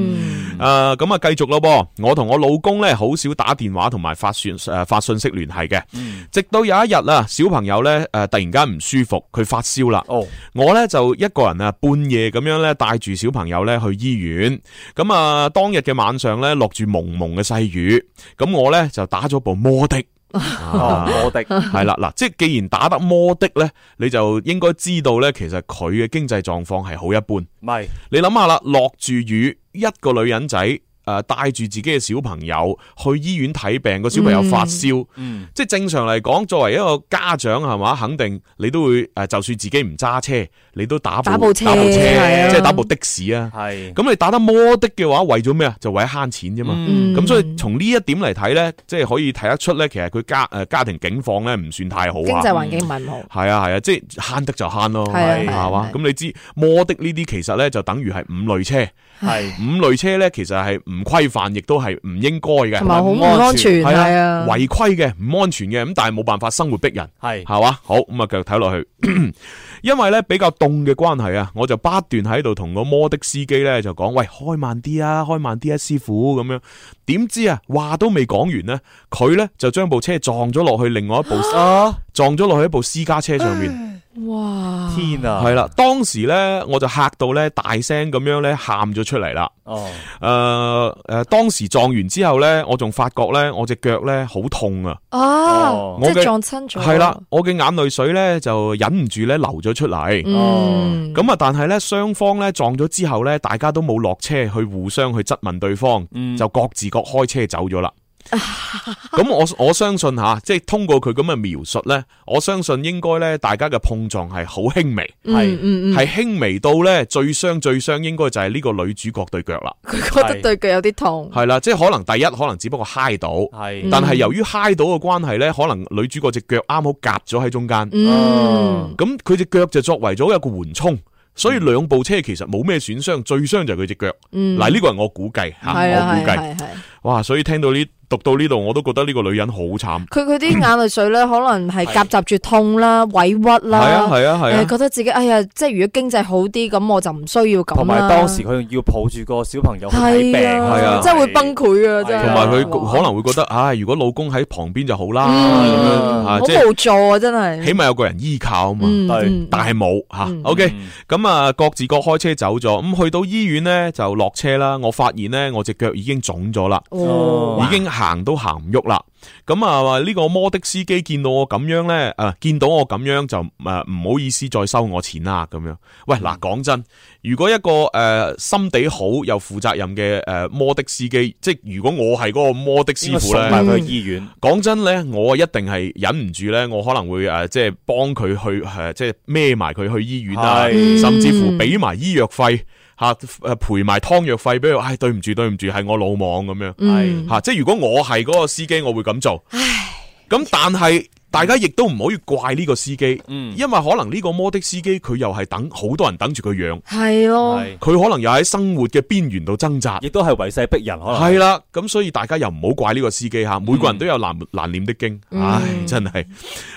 C: 嗯
B: 诶，咁啊，繼續咯噃。我同我老公咧，好少打電話同埋發信诶、發信息聯繫嘅。直到有一日啊，小朋友咧诶、誒突然間唔舒服，佢發燒啦。
D: 哦，
B: 我咧就一個人啊，半夜咁樣咧帶住小朋友咧去醫院。咁啊，當日嘅晚上咧落住蒙蒙嘅細雨，咁我咧就打咗部摩的。啊
D: 哦 我的
B: 系啦，嗱，即系既然打得摩的咧，你就應該知道咧，其實佢嘅經濟狀況係好一般。
D: 唔係
B: 你谂下啦，落住雨，一個女人仔诶带住自己嘅小朋友去醫院睇病，個小朋友發燒，
D: 嗯
B: 即系正常嚟講，作為一個家長係嘛，肯定你都會诶、呃就算自己唔揸車，你都打部
C: 打部車
B: 打部車
C: 係啊
B: 即係打部的士啊。
D: 係
B: 咁你打得摩的嘅話，為咗咩啊？就為咗慳錢啫嘛。
C: 嗯
B: 咁所以從呢一點嚟睇咧，即係可以睇得出咧，其實佢家诶、家庭境況咧唔算太好
C: 經
B: 啊
C: 濟。環境唔係咁好。
B: 系啊系啊，即系悭得就悭咯，
C: 係啊
B: 係
C: 係啊
B: 嘛
C: 係？
B: 咁你知摩的呢啲其實咧就等於係五類車，
D: 係
B: 五類車咧其實係唔規範，亦都係唔應該嘅，
C: 同埋好唔安全，係啊，
B: 違規嘅、唔安全嘅，咁但係冇辦法生活逼人，
D: 係
B: 係嘛？好咁啊，繼續睇落去， 因為咧比較凍嘅關係啊，我就不斷喺度同個摩的司機咧就講：喂，開慢啲啊，開慢啲啊，師傅咁樣。點知啊，話都未講完呢，佢咧就將部車撞咗落去另外一部，
D: 啊
B: 撞咗落去一部私家車上面。
C: 哇！
D: 天啊，
B: 系啦，當時咧我就嚇到咧大聲咁樣咧喊咗出嚟啦。
D: 哦
B: 诶、诶、當時呃撞完之後咧，我仲發覺咧我只腳咧好痛啊，
C: 啊，
B: 我
C: 即
B: 嘅
C: 係撞親咗，
B: 係啦，，我嘅眼淚水咧就忍唔住咧流咗出嚟。
C: 嗯，
B: 咁啊！但係咧，雙方咧撞咗之後咧，大家都冇落車去互相去質問對方，
D: 嗯
B: 就各自各開車走 咗啦。咁我我相信吓、即係通過佢咁嘅描述咧，我相信應該咧，大家嘅碰撞係好輕微。
C: 嗯嗯嗯，
B: 系輕微到咧最傷最傷應該就係呢個女主角對腳啦，
C: 佢覺得對腳有啲痛，
B: 係啦，即係可能第一可能只不過嗨到，
D: 係
B: 但係
C: 嗯
B: 由於嗨到嘅關係咧，可能女主角只腳啱好夾咗喺中間，
C: 嗯，
B: 咁佢只腳就作為咗一個緩衝。所以兩部車其實冇咩損傷，最傷就係佢只腳。
C: 嗯
B: 嗱呢個係我估計吓，
C: 係啊
B: 我估
C: 係
B: 計。
C: 係係，
B: 哇！所以聽到呢讀到呢度，我都覺得呢個女人好慘。
C: 佢 佢啲眼淚水咧，可能係夾雜住痛啦、委屈啦，
B: 係啊係啊係啊
C: 誒覺得自己哎呀，即係如果經濟好啲，咁我就唔需要咁啦。
D: 同埋當時佢要抱住個小朋友去睇病，
C: 係
B: 係啊
C: 啊，真係會崩潰啊！真係
B: 同埋佢可能會覺得，唉，如果老公喺旁邊就好啦，咁樣
C: 嗯，
B: 啊
C: 好
B: 即係
C: 無助啊！真係。
B: 起碼有個人依靠啊嘛，
C: 嗯
B: 係
C: 嗯
B: 但係冇吓。OK，咁啊，各自各開車走咗，咁去到醫院呢，就落車啦。我發現呢，我只腳已經腫咗啦，
A: 哦
B: 已經行都行唔喐啦。咁啊，呢個摩的司機見到我咁樣呢，啊，見到我咁樣就诶唔好意思再收我錢啦咁樣。喂，嗱，講真，如果一個诶心地好又負責任嘅诶摩的司機，即係如果我係嗰個摩的師
D: 應該
B: 傅
D: 送
B: 呢。
D: 埋佢去醫院。
B: 講真咧，我一定係忍唔住咧，我可能會诶，即係幫佢去诶，即係孭埋佢去醫院啊，
D: 係
B: 甚至乎俾埋醫藥費吓，诶賠埋湯藥費俾佢。唉，對唔住，對唔住，係我魯莽咁樣。
D: 嗯
B: 吓，即係如果我係嗰個司機，我會咁做。咁但係大家亦都唔可以怪呢個司機，因為可能呢個摩的司機佢又係等好多人等住佢養。
C: 係咯，
B: 佢可能又喺生活嘅邊緣度掙扎，
D: 亦都係為勢逼人，可能
B: 係啦。咁所以大家又唔好怪呢個司機吓，每個人都有難難念的經，
D: 嗯
B: 唉，真係。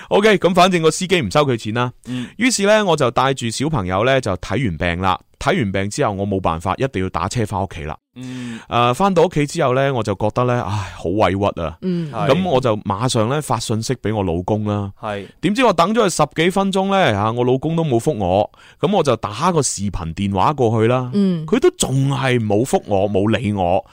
B: OK，咁反正個司機唔收佢錢啦。於是呢，我就帶住小朋友呢，就睇完病啦。睇完病之後，我冇辦法，一定要打車翻屋企啦。
D: 嗯，
B: 诶，翻到屋企之後呢，我就覺得呢，唉，好委屈啊。
D: 嗯
B: 咁我就馬上呢發信息俾我老公啦。
D: 係
B: 點知我等咗佢十幾分鐘呢，吓，我老公都冇覆我，咁我就打個視頻電話過去啦。
A: 嗯
B: 佢都仲係冇覆我，冇理我。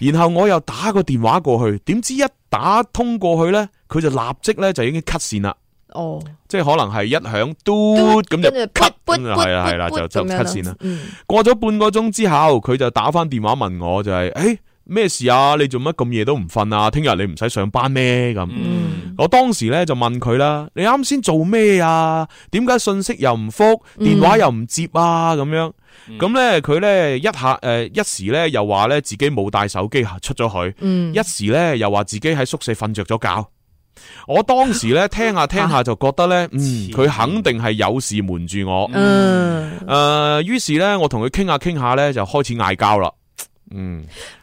B: 然後我又打個電話過去，點知一打通過去呢，佢就立即呢就已經 cut 線啦。
C: 哦，
B: 即係可能係一響嘟咁就
C: 跟住
B: cut，
C: 噗
B: 咁就係啦
C: 噗
B: 係啦，
C: 噗
B: 就就
C: 咁樣啦
B: cut 線啦。
C: 嗯
B: 過咗半個鐘之後，佢就打翻電話問我就係，誒咩事啊？你做乜咁夜都唔瞓啊？聽日你唔使上班咩？咁我當時咧就問佢啦，你啱先做咩啊？點解信息又唔覆，電話又唔接啊？咁樣。咁咧，佢咧一下誒、呃一時咧又話咧自己冇帶手機啊出咗去，
A: 嗯
B: 一時咧又話自己喺宿舍瞓着咗覺。我當時咧聽下聽下就覺得咧，嗯，佢肯定係有事瞞住我。
C: 嗯，
B: 誒、於是咧我同佢傾下傾下咧就開始嗌交啦。嗯，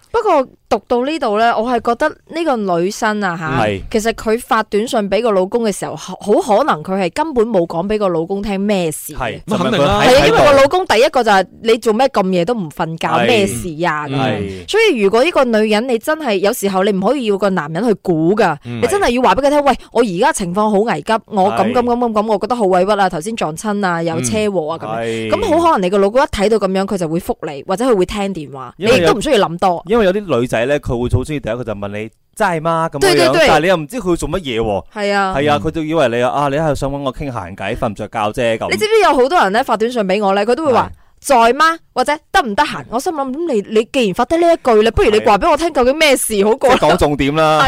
C: 不過讀到呢度咧，我係覺得呢個女生啊吓
B: 係，
C: 其實佢發短信俾個老公嘅時候，好好可能佢係根本冇講俾個老公聽咩事。
D: 係
B: 咁肯定啦
C: 係啊，因為個老公第一個就係你做咩咁夜都唔瞓覺，
B: 係
C: 咩事啊咁
B: 係
C: 樣。所以如果呢個女人你真係有時候你唔可以要個男人去估噶，
B: 嗯
C: 你真係要話俾佢聽，喂，我而家情況好危急，我咁
B: 係
C: 咁咁咁咁，我覺得好委屈啊，頭先撞親啊，有車禍啊咁
D: 嗯
C: 樣。
D: 係
C: 咁好可能你個老公一睇到咁樣，佢就會覆你，或者佢會聽電話，你
D: 因為
C: 亦都
D: 有
C: 唔需要諗多。
D: 因為有啲女仔咧，佢會好中意第一個就問你真係嗎咁
C: 對
D: 樣
C: 對對
D: 但係你又唔知佢做乜嘢喎。
C: 係啊
D: 係啊，佢就以為你啊，你喺度想揾我傾閒偈，瞓唔着覺啫咁。
C: 你知唔知有好多人咧發短信俾我咧，佢都會話在嗎？或者得唔得閒？我心諗咁你你既然發得呢一句咧，不如你話俾我聽究竟咩事好過啦。
D: 講重點啦。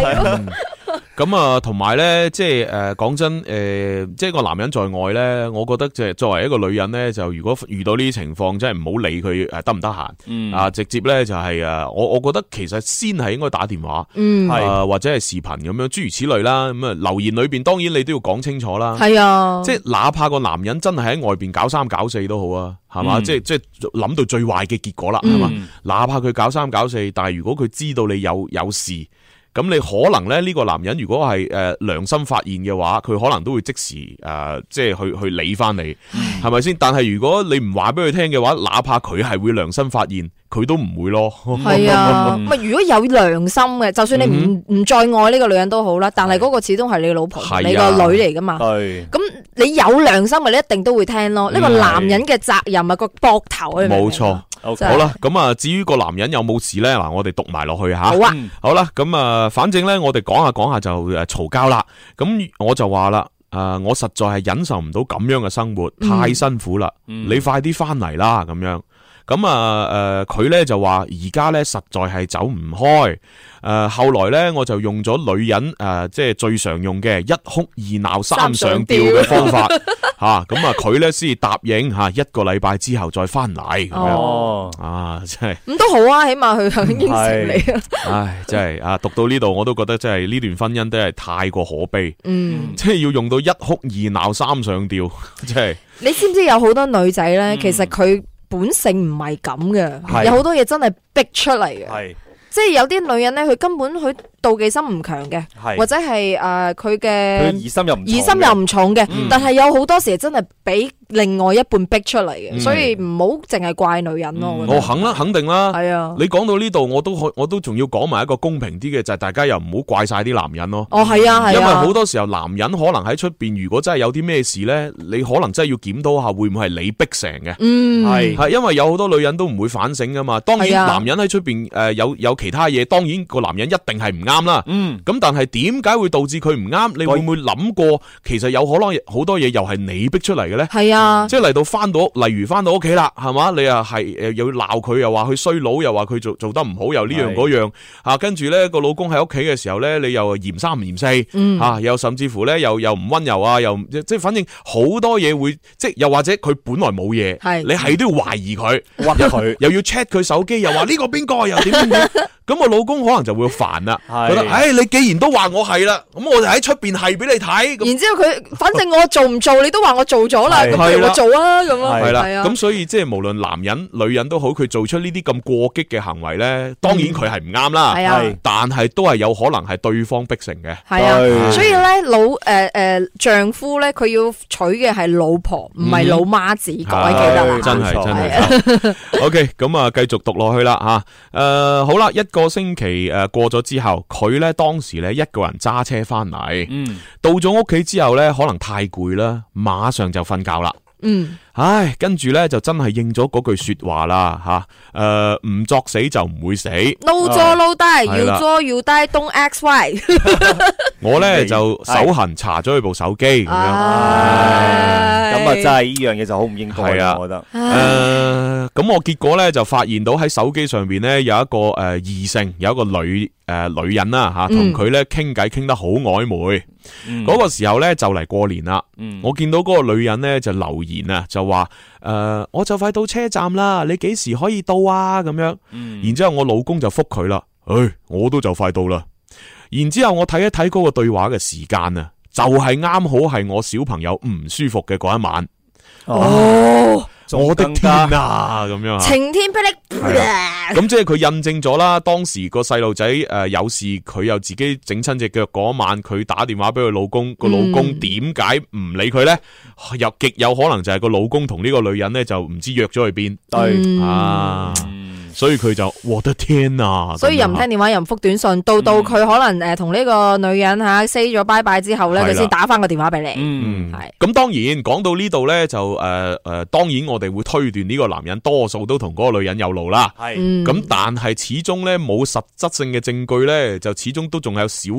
B: 咁啊，同埋咧，即係诶，讲真，诶、即係個男人在外咧，我覺得即係作為一個女人咧，就如果遇到呢啲情況，真係唔好理佢诶得唔得閒，
D: 嗯
B: 啊，直接咧就係啊，我我觉得其實先係應該打電話，
C: 嗯係
B: 啊或者係視頻咁樣，諸如此類啦。咁啊，留言裏边當然你都要講清楚啦，
C: 係啊
B: 即係哪怕個男人真係喺外边搞三搞四都好啊，係嘛，
D: 嗯
B: 即係即系谂到最壞嘅結果啦，係嘛
D: 嗯，
B: 哪怕佢搞三搞四，但係如果佢知道你有有事。咁你可能咧呢個男人如果係誒良心發現嘅話，佢可能都會即時誒、呃即係去去理翻你，
C: 嗯
B: 係咪先？但係如果你唔話俾佢聽嘅話，哪怕佢係會良心發現，佢都唔會咯。
C: 係啊，
B: 嗯
C: 咪如果有良心嘅，就算你唔唔再愛呢個女人都好啦，但係嗰個始終係你老婆
B: 係，啊
C: 你個女嚟噶嘛。
D: 係
C: 咁你有良心嘅，你一定都會聽咯。呢個
B: 嗯
C: 男人嘅責任啊，個膊頭啊，你明
B: 冇
C: 唔明
B: 錯。
C: 真係
B: 好啦，咁啊，至於個男人有冇事咧，嗱，我哋讀埋落去吓。
C: 好啊，
B: 好啦，咁啊，反正咧，我哋講下講下就诶嘈交啦。咁我就話啦，诶、我實在係忍受唔到咁樣嘅生活，
A: 嗯
B: 太辛苦啦，你快啲翻嚟啦，咁樣。咁啊，诶、佢咧就話而家咧實在係走唔開。诶、後來咧我就用咗女人诶、誒即係最常用嘅一哭二鬧三上吊嘅方法。 吓咁啊，佢咧先至答應吓，一個禮拜之後再翻嚟咁
C: 哦
B: 樣。啊，真係。
C: 咁都好啊，起碼佢肯應
B: 嗯
C: 承你啊。
B: 唉，真系啊，读到呢度我都覺得真係呢段婚姻真係太過可悲，
C: 嗯
B: 即係要用到一哭二鬧三上吊， 真係
C: 你知唔知有好多女仔咧，其實佢本性唔係咁嘅，
B: 嗯係
C: 有好多嘢真係逼出嚟嘅。
D: 係
C: 即係有啲女人咧，佢根本佢妒忌心唔強嘅，
D: 係
C: 或者係诶佢
D: 佢
C: 嘅
D: 疑心又唔重
C: 疑心又唔重嘅
D: 嗯，
C: 但係有好多時真係俾另外一半逼出嚟嘅，
B: 嗯
C: 所以唔好淨係怪女人咯。我覺
B: 我
C: 得
B: 肯啦，肯定啦。
C: 係啊
B: 你講到呢度，我都可，我都仲要講埋一個公平啲嘅，就係大家又唔好怪晒啲男人咯。
C: 哦係啊係啊
B: 因為好多時候男人可能喺出边，如果真係有啲咩事呢，你可能真係要檢討下，會唔會係你逼成嘅？
C: 嗯
B: 係
C: 係
B: 係因為有好多女人都唔會反省噶嘛。當然
C: 係啊
B: 男人喺出边诶有有其他嘢，當然個男人一定係唔啱啦。
D: 嗯。
B: 咁但係點解會導致佢唔啱？你會唔會諗過其實有可能好多嘢又係你逼出嚟嘅呢？
C: 係啊，
B: 即係嚟到翻到，例如翻到屋企啦，係嘛？你啊係诶，又要鬧佢，又話佢衰佬，又話佢做做得唔好，又呢樣
D: 係
B: 嗰樣啊。跟住咧個老公喺屋企嘅時候咧，你又嫌三唔嫌四，
D: 嗯
B: 啊，又甚至乎咧又又唔温柔啊，又唔即係反正好多嘢會即係又或者佢本來冇嘢，
D: 係
B: 你係都要懷疑佢，
D: 屈佢，
B: 又要 check 佢手機，又話呢個邊個，又點點 點。咁我老公可能就會煩啦，覺得唉，你既然都話我係啦，咁我就喺出边係俾你睇。咁
C: 然之後佢，反正我做唔做，你都話我做咗啦，
B: 係
C: 咁不如我做啊，咁咯，
B: 系啦，
C: 係啊
B: 咁所以即系无论男人、女人都好，佢做出呢啲咁过激嘅行为咧，当然佢系唔啱啦。
C: 係啊
B: 係但系都系有可能系对方逼成嘅。
C: 系啊，所以咧老诶诶丈夫咧，佢要娶嘅係老婆，唔係老媽子，各位記得啦
B: 嗯
C: 啊
B: 係。真系
D: 冇錯
B: 真系。OK，咁啊，继续读落去啦吓。诶，好啦，一个星期诶过咗之后，佢咧当时咧一个人揸车翻嚟，到咗屋企之后咧，可能太攰啦，马上就瞓觉啦。
C: 嗯，
B: 唉，跟住咧就真系應咗嗰句说話啦吓，诶、唔作死就唔會死。
C: no 咗 no 低，
B: 哦係啦
C: 要咗要低，don't x y，
B: 我咧就手痕查咗佢部手機咁樣，
C: 啊
B: 啊
D: 咁啊，真係呢樣嘢就好唔應該
B: 係
D: 啦，
B: 啊，
D: 我覺得。
B: 诶，咁我結果咧就發現到喺手機上边咧有一個诶异性，有一個女诶女人啦吓，同
D: 嗯
B: 佢咧傾偈傾得好曖昧。嗰個時候咧就嚟過年啦，我見到嗰個女人咧就留言啊，就話诶我就快到車站啦，你幾時可以到啊？咁樣，然之后我老公就覆佢啦，唉，我都就快到啦。然之后我睇一睇嗰個對話嘅時間啊，就係啱好係我小朋友唔舒服嘅嗰一晚。
D: 哦，
B: 我的天啊，咁樣啊！
C: 晴天霹
B: 係啊
C: 靂，
B: 咁即係佢印證咗啦，當時個細路仔诶有事，佢又自己整親只腳嗰晚，佢打電話俾佢老公，個老公
D: 嗯
B: 點解唔理佢呢？又極有可能就係個老公同呢個女人呢，就唔知約咗去邊，
D: 對嗯
B: 啊，所以佢就我的天啊！嗯
C: 所以又唔聽電話，又唔覆短信，到到佢可能诶同呢個女人吓 say 咗拜拜之後咧，
B: 係啦
C: 佢先打翻個電話俾你。
B: 嗯，咁當然講到呢度呢，就诶诶、呃當然我哋會推斷呢個男人多數都同嗰個女人有路啦。
D: 係
C: 嗯
B: 咁但係始終呢，冇實質性嘅證據呢，就始終都仲有少。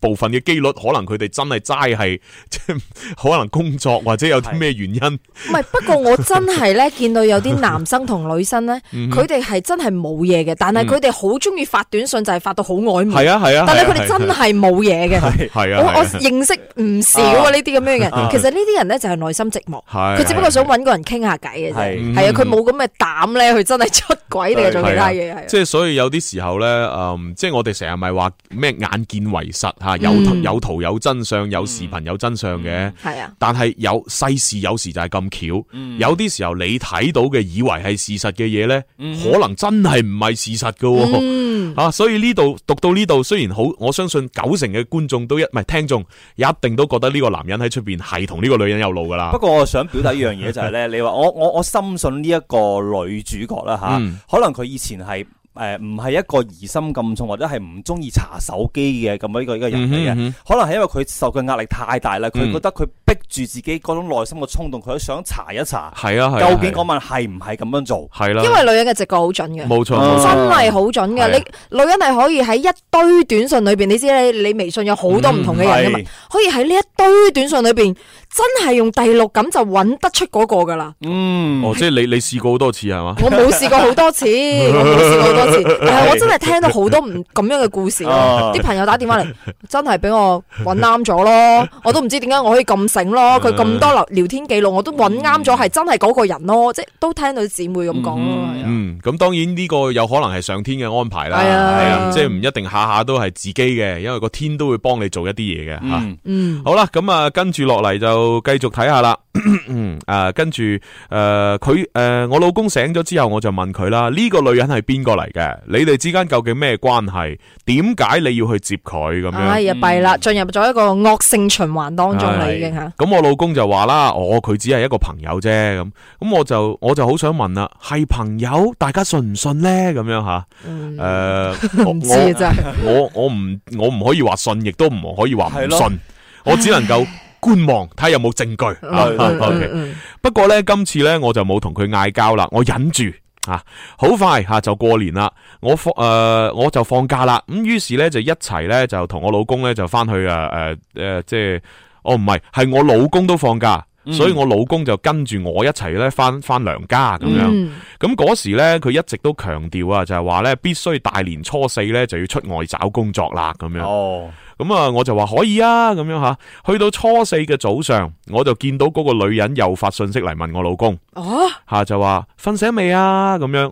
B: 部分嘅機率，可能佢哋真係齋係， 即係可能工作或者有啲咩原因，
C: 唔係，不過我真係咧見到有啲男生同女生咧，
B: 嗯
C: 佢哋係真係冇嘢嘅，但係佢哋好中意發短信，就係發到好曖昧。
B: 係啊係啊
C: 但係
B: 係啊
C: 佢哋
B: 係啊
C: 真係冇嘢嘅。
B: 係
C: 我
B: 啊，
C: 我
B: 係啊
C: 認識唔少啊
B: 啊
C: 呢啲咁樣嘅人
B: 啊，
C: 其實呢啲人咧就係內心寂寞，
B: 係啊
C: 佢只不過想揾個人傾下偈嘅
B: 係嗯
C: 啫，係啊，佢冇咁嘅膽咧，佢真係出軌定係做其他
B: 係
C: 嘢
B: 啊
C: 係啊。
B: 即係所以有啲時候咧，嗯，即係我哋成日咪話咩眼見為實吓，有圖
C: 嗯
B: 有圖有真相，有視頻有真相嘅。
C: 係啊
B: 但係有世事有時就係咁巧，
D: 嗯
B: 有啲時候你睇到嘅以為係事實嘅嘢咧，
D: 嗯
B: 可能真係唔係事實噶。
D: 嗯
B: 啊，所以呢度讀到呢度，雖然好，我相信九成嘅觀眾都一唔係聽眾，一定都覺得呢個男人喺出邊係同呢個女人有路噶啦。
D: 不過我想表達一樣嘢就 係咧，你話我我我深信呢一個女主角啦吓，
B: 嗯
D: 可能佢以前係。誒唔係一個疑心咁重，或者係唔中意查手機嘅咁樣一個一個人嚟嘅，
B: 嗯哼嗯哼
D: 可能係因為佢受嘅壓力太大啦，佢、
B: 嗯
D: 覺得佢逼住自己嗰種內心嘅衝動，佢都想查一查，
B: 係啊係啊
D: 究竟嗰晚係唔係咁樣做？
B: 係啦
C: 因為女人嘅直覺好準嘅，
B: 啊冇錯冇錯
C: 真係好準嘅。
B: 係啊
C: 你女人係可以喺一堆短信裏邊，你知你你微信有好多唔同嘅人噶嘛
D: 嗯係，
C: 可以喺呢一堆短信裏邊，真係用第六感就揾得出嗰個 噶啦。
D: 嗯，啊
B: 哦，即係你你試過好多次係 嘛？
C: 我冇試過 好多次，我冇試過好多次，但係我真係聽到好多唔咁樣嘅故事咯
B: 啊。
C: 啲朋友打電話嚟，真係俾我揾啱咗咯，我都唔知點解我可以咁 醒咯。佢咁多聊
B: 嗯
C: 聊天記錄，我都揾啱咗，係真係嗰個人咯，即係都聽到姊妹咁講咯。啊
B: 嗯，咁當然呢個有可能係上天嘅安排啦，
C: 係啊
B: 係
C: 係啊
B: 即係唔一定下下都係自己嘅，因為個天都會幫你做一啲嘢嘅吓。
D: 嗯
C: 嗯
B: 啊好啦，咁啊，跟住落嚟就繼續睇下啦。 嗯啊，跟住诶，呃佢、诶、我老公醒咗之後，我就問佢啦：呢、個女人係邊個嚟嘅？你哋之間究竟咩關係？點解你要去接佢咁樣？嗯
C: 哎呀，弊啦，進入咗一個惡性循環當中啦，已經吓。
B: 咁我老公就話啦，我佢只係一個朋友啫，咁咁我就我就好想問啦，係朋友，大家信唔信呢？咁樣吓，
C: 嗯
B: 诶，
C: 唔知啊真係
B: 我我唔我唔可以話信，亦都唔可以話
D: 係
B: 唔
D: 咯
B: 信，我只能 夠觀望，睇下有冇證據。啊
D: 嗯嗯
B: OK
D: 嗯
B: 不過呢，今次呢，我就冇同佢嗌交啦，我忍住。啊，好快吓、就過年啦，我放诶、我就放假啦，咁於是呢，就一齊呢，就同我老公呢，就翻去啊诶诶，即係哦唔係，係我老公都放假，
I: 嗯
B: 所以我老公就跟住我一齊呢，翻翻娘家咁樣。
I: 嗯
B: 咁嗰時呢，佢一直都強調啊，就係話呢，必須大年初四呢，就要出外找工作啦咁樣。
D: 哦，
B: 咁啊，我就話可以啊，咁樣吓。去到初四嘅早上，我就見到嗰個女人又發信息嚟問我老公。
C: 哦，
B: 吓就話瞓醒未啊咁樣，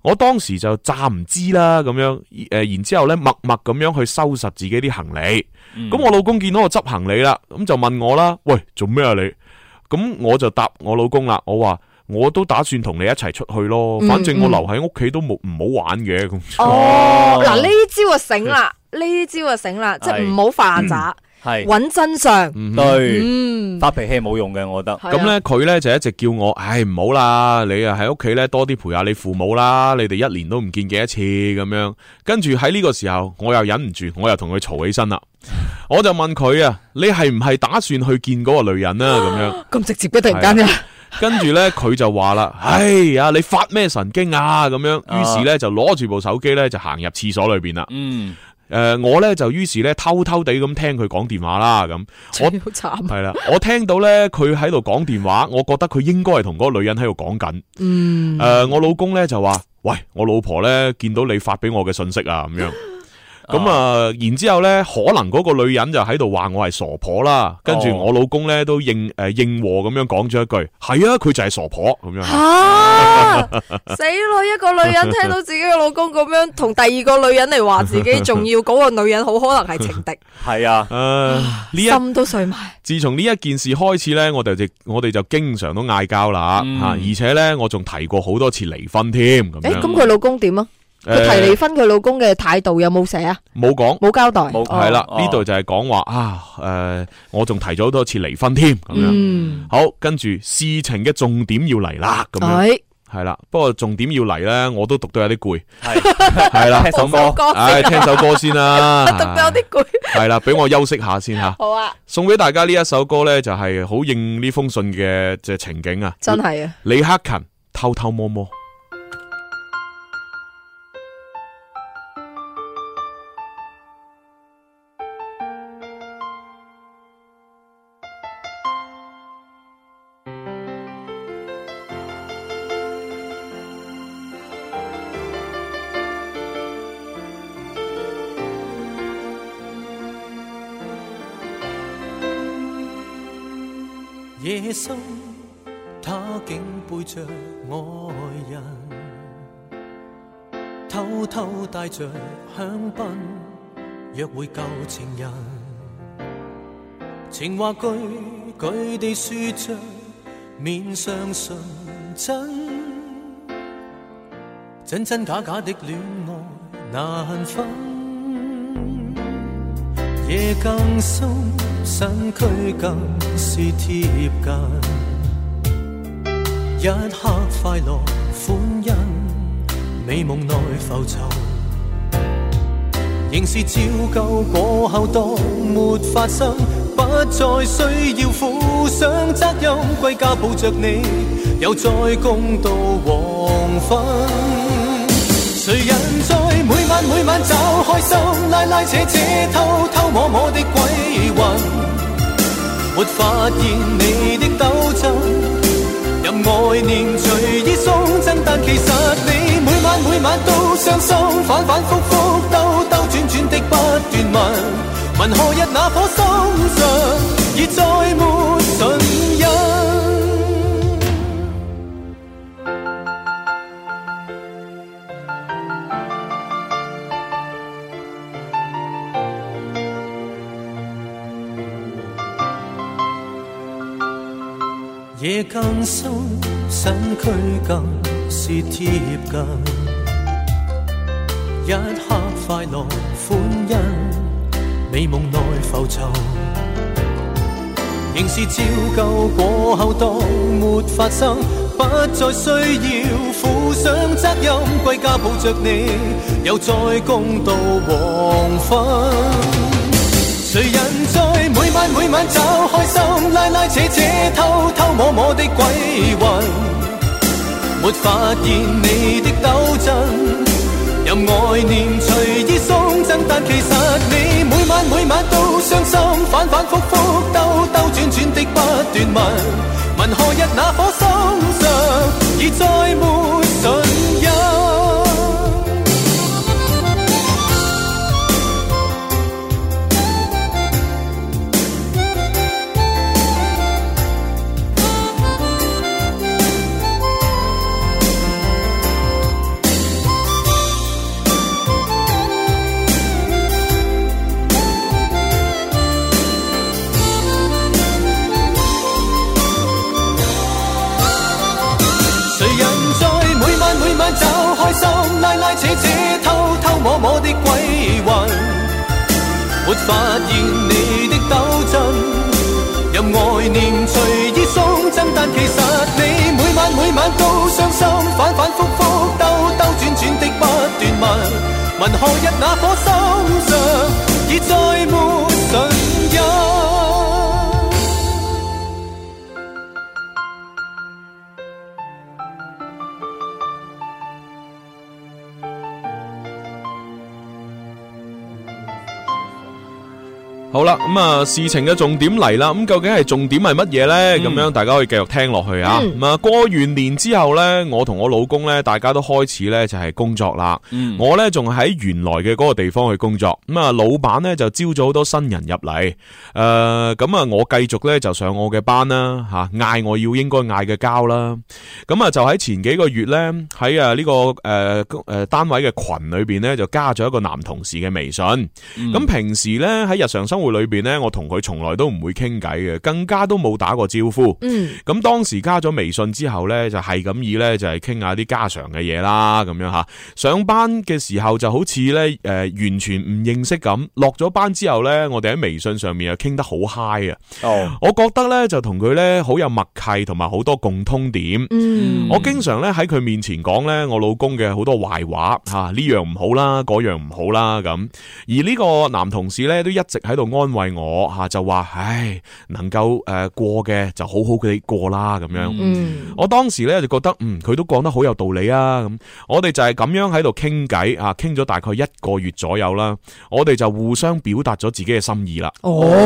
B: 我當時就詐唔知啦咁樣，诶、然之后咧默默咁樣去收拾自己啲行李，咁、我老公見到我執行李啦，咁就問我啦，喂做咩啊你？咁我就答我老公啦，我話我都打算同你一齊出去咯，
C: 嗯
B: 反正我
C: 嗯
B: 留喺屋企都冇唔好玩嘅咁。
C: 哦，嗱呢招啊醒啦，呢招啊醒啦，即係
D: 係
C: 唔好化渣，
D: 係
C: 揾真相。
D: 對
C: 嗯
D: 發脾氣冇用嘅，我覺得。
B: 咁咧，佢咧就一直叫我，唉唔好啦，你啊喺屋企咧多啲陪下你父母啦，你哋一年都唔見幾多次咁樣。跟住喺呢個時候，我又忍唔住，我又同佢嘈起身啦。我就問佢啊，你係唔係打算去見嗰個女人啊？咁 樣。
C: 咁直接嘅突然間
B: 係啊跟住咧，佢就話啦：，唉呀，你發咩神經啊？咁樣，於是咧就攞住部手機咧就行入廁所裏邊啦。
D: 嗯。
B: 诶、我咧就於是咧偷偷地咁聽佢講電話啦，咁我
C: 好慘
B: 係啦，我聽到咧佢喺度講電話，我覺得佢應該係同嗰個女人喺度講緊。
C: 嗯
B: 诶、我老公咧就話：，喂，我老婆咧見到你發俾我嘅信息啊， 咁樣。咁
C: 哦
B: 啊，然之後咧，可能嗰個女人就喺度話我係傻婆啦，跟住
D: 哦
B: 我老公咧都應诶、應和咁樣講咗一句：，係啊，佢就係傻婆咁樣。
C: 啊！死咯！一個女人聽到自己嘅老公咁樣同第二個女人嚟話自己，仲要嗰個女人好可能係情敵，
D: 系啊，
B: 诶， 呢一
C: 心都碎埋。
B: 自從呢一件事開始呢，我哋就我哋就經常都嗌交啦
C: 嗯
B: 吓，而且呢，我仲提過好多次離婚添咁
C: 诶，
B: 樣。
C: 咁佢老公點啊？佢
B: 誒
C: 提離婚，佢老公嘅態度有冇寫啊？
B: 冇講，
C: 冇交代。
B: 係啦，
C: 哦
B: 呢度就係講話啊，诶，我仲提咗好多次離婚添咁
C: 嗯
B: 樣。好，跟住事情嘅重點要嚟啦，咁
C: 哎
B: 樣。係啦，不過重點要嚟呢，我都讀到有啲 攰。
D: 係
B: 係啦，
D: 聽首歌
B: 唉，聽首歌先啦。
C: 讀到有啲攰。
B: 係啦，俾我休息下先吓。
C: 好啊，
B: 送俾大家呢一首歌呢，就係好應呢封信嘅即係情景啊！
C: 真係啊！
B: 李克勤偷偷摸摸。
I: 夜深，他竟背着愛人，偷偷帶着香檳約會舊情人。情話句句地説着，面上純真，真真假假的戀愛難分。夜更深，身躯更是貼近。一刻快樂歡欣，美夢內浮沉。仍是照舊過後當沒發生，不再需要負上責任。歸家抱着你，又再共度黃昏。誰人在每晚每晚找開心，拉拉扯扯、偷偷摸摸的鬼魂，沒發現你的鬥爭，任愛念隨意鬆增，但其實你每晚每晚都傷心，反反覆覆、兜兜轉轉的不斷問，問何日那顆心上已再沒信任。夜更深，身躯更是贴近。一刻快樂歡欣，美夢內浮沉。仍是照舊過後當沒發生，不再需要負上責任，歸家抱着你，又再共度黃昏。谁人在每晚每晚找開心，拉拉扯扯、偷偷摸摸的鬼魂，沒發現你的鬥爭，任愛念隨意送贈，但其實你每晚每晚都傷心，反反覆覆、兜兜轉轉的不斷問，問何日那顆心上已再沒信任。谁人在每晚每晚找開心，拉拉扯扯、偷偷摸摸的鬼魂，沒發現你的鬥爭，任愛念隨意送贈，但其實你每晚每晚都傷心，反反覆覆、兜兜轉轉的不斷問，問何日那顆心上已再沒信任？
B: 好啦，咁啊，事情嘅重點嚟啦，咁究竟係重點係乜嘢呢？咁、樣大家可以繼續聽落去啊。咁啊、過完年之後呢，我同我老公呢，大家都開始呢就係工作啦。我呢仲喺原來嘅嗰個地方去工作，咁啊，老闆呢就招咗好多新人入嚟。诶、咁啊，我繼續呢就上我嘅班啦，吓、嗌我要應該嗌嘅交啦。咁啊，就喺前幾個月呢，喺啊呢個诶诶、呃單位嘅群裏边呢，就加咗一個男同事嘅微信。咁、平時呢，喺日常生活裏边呢，我同佢從來都唔會傾偈嘅，更加都冇打過招呼。
J: 嗯
B: 咁當時加咗微信之後呢，就係咁以呢，就係傾下啲家常嘅嘢啦，咁樣吓。上班嘅時候就好似呢，诶、完全唔認識咁，落咗班之後呢，我哋喺微信上面又傾得好嗨啊！
D: 哦，
B: 我覺得呢，就同佢呢好有默契，同埋好多共通點。
J: 嗯
B: 我經常呢喺佢面前講呢，我老公嘅好多壞話吓，啊呢、樣唔好啦，嗰樣唔好啦咁。而呢個男同事呢，都一直喺度安慰我吓、啊就話：唉，能夠诶、呃、过嘅就好好佢過啦咁樣。
J: 嗯
B: 我當時呢，就覺得嗯，佢都講得好有道理啊咁。我哋就係咁樣喺度傾偈啊，傾咗大概一個月左右啦。我哋就互相表達咗自己嘅心意啦。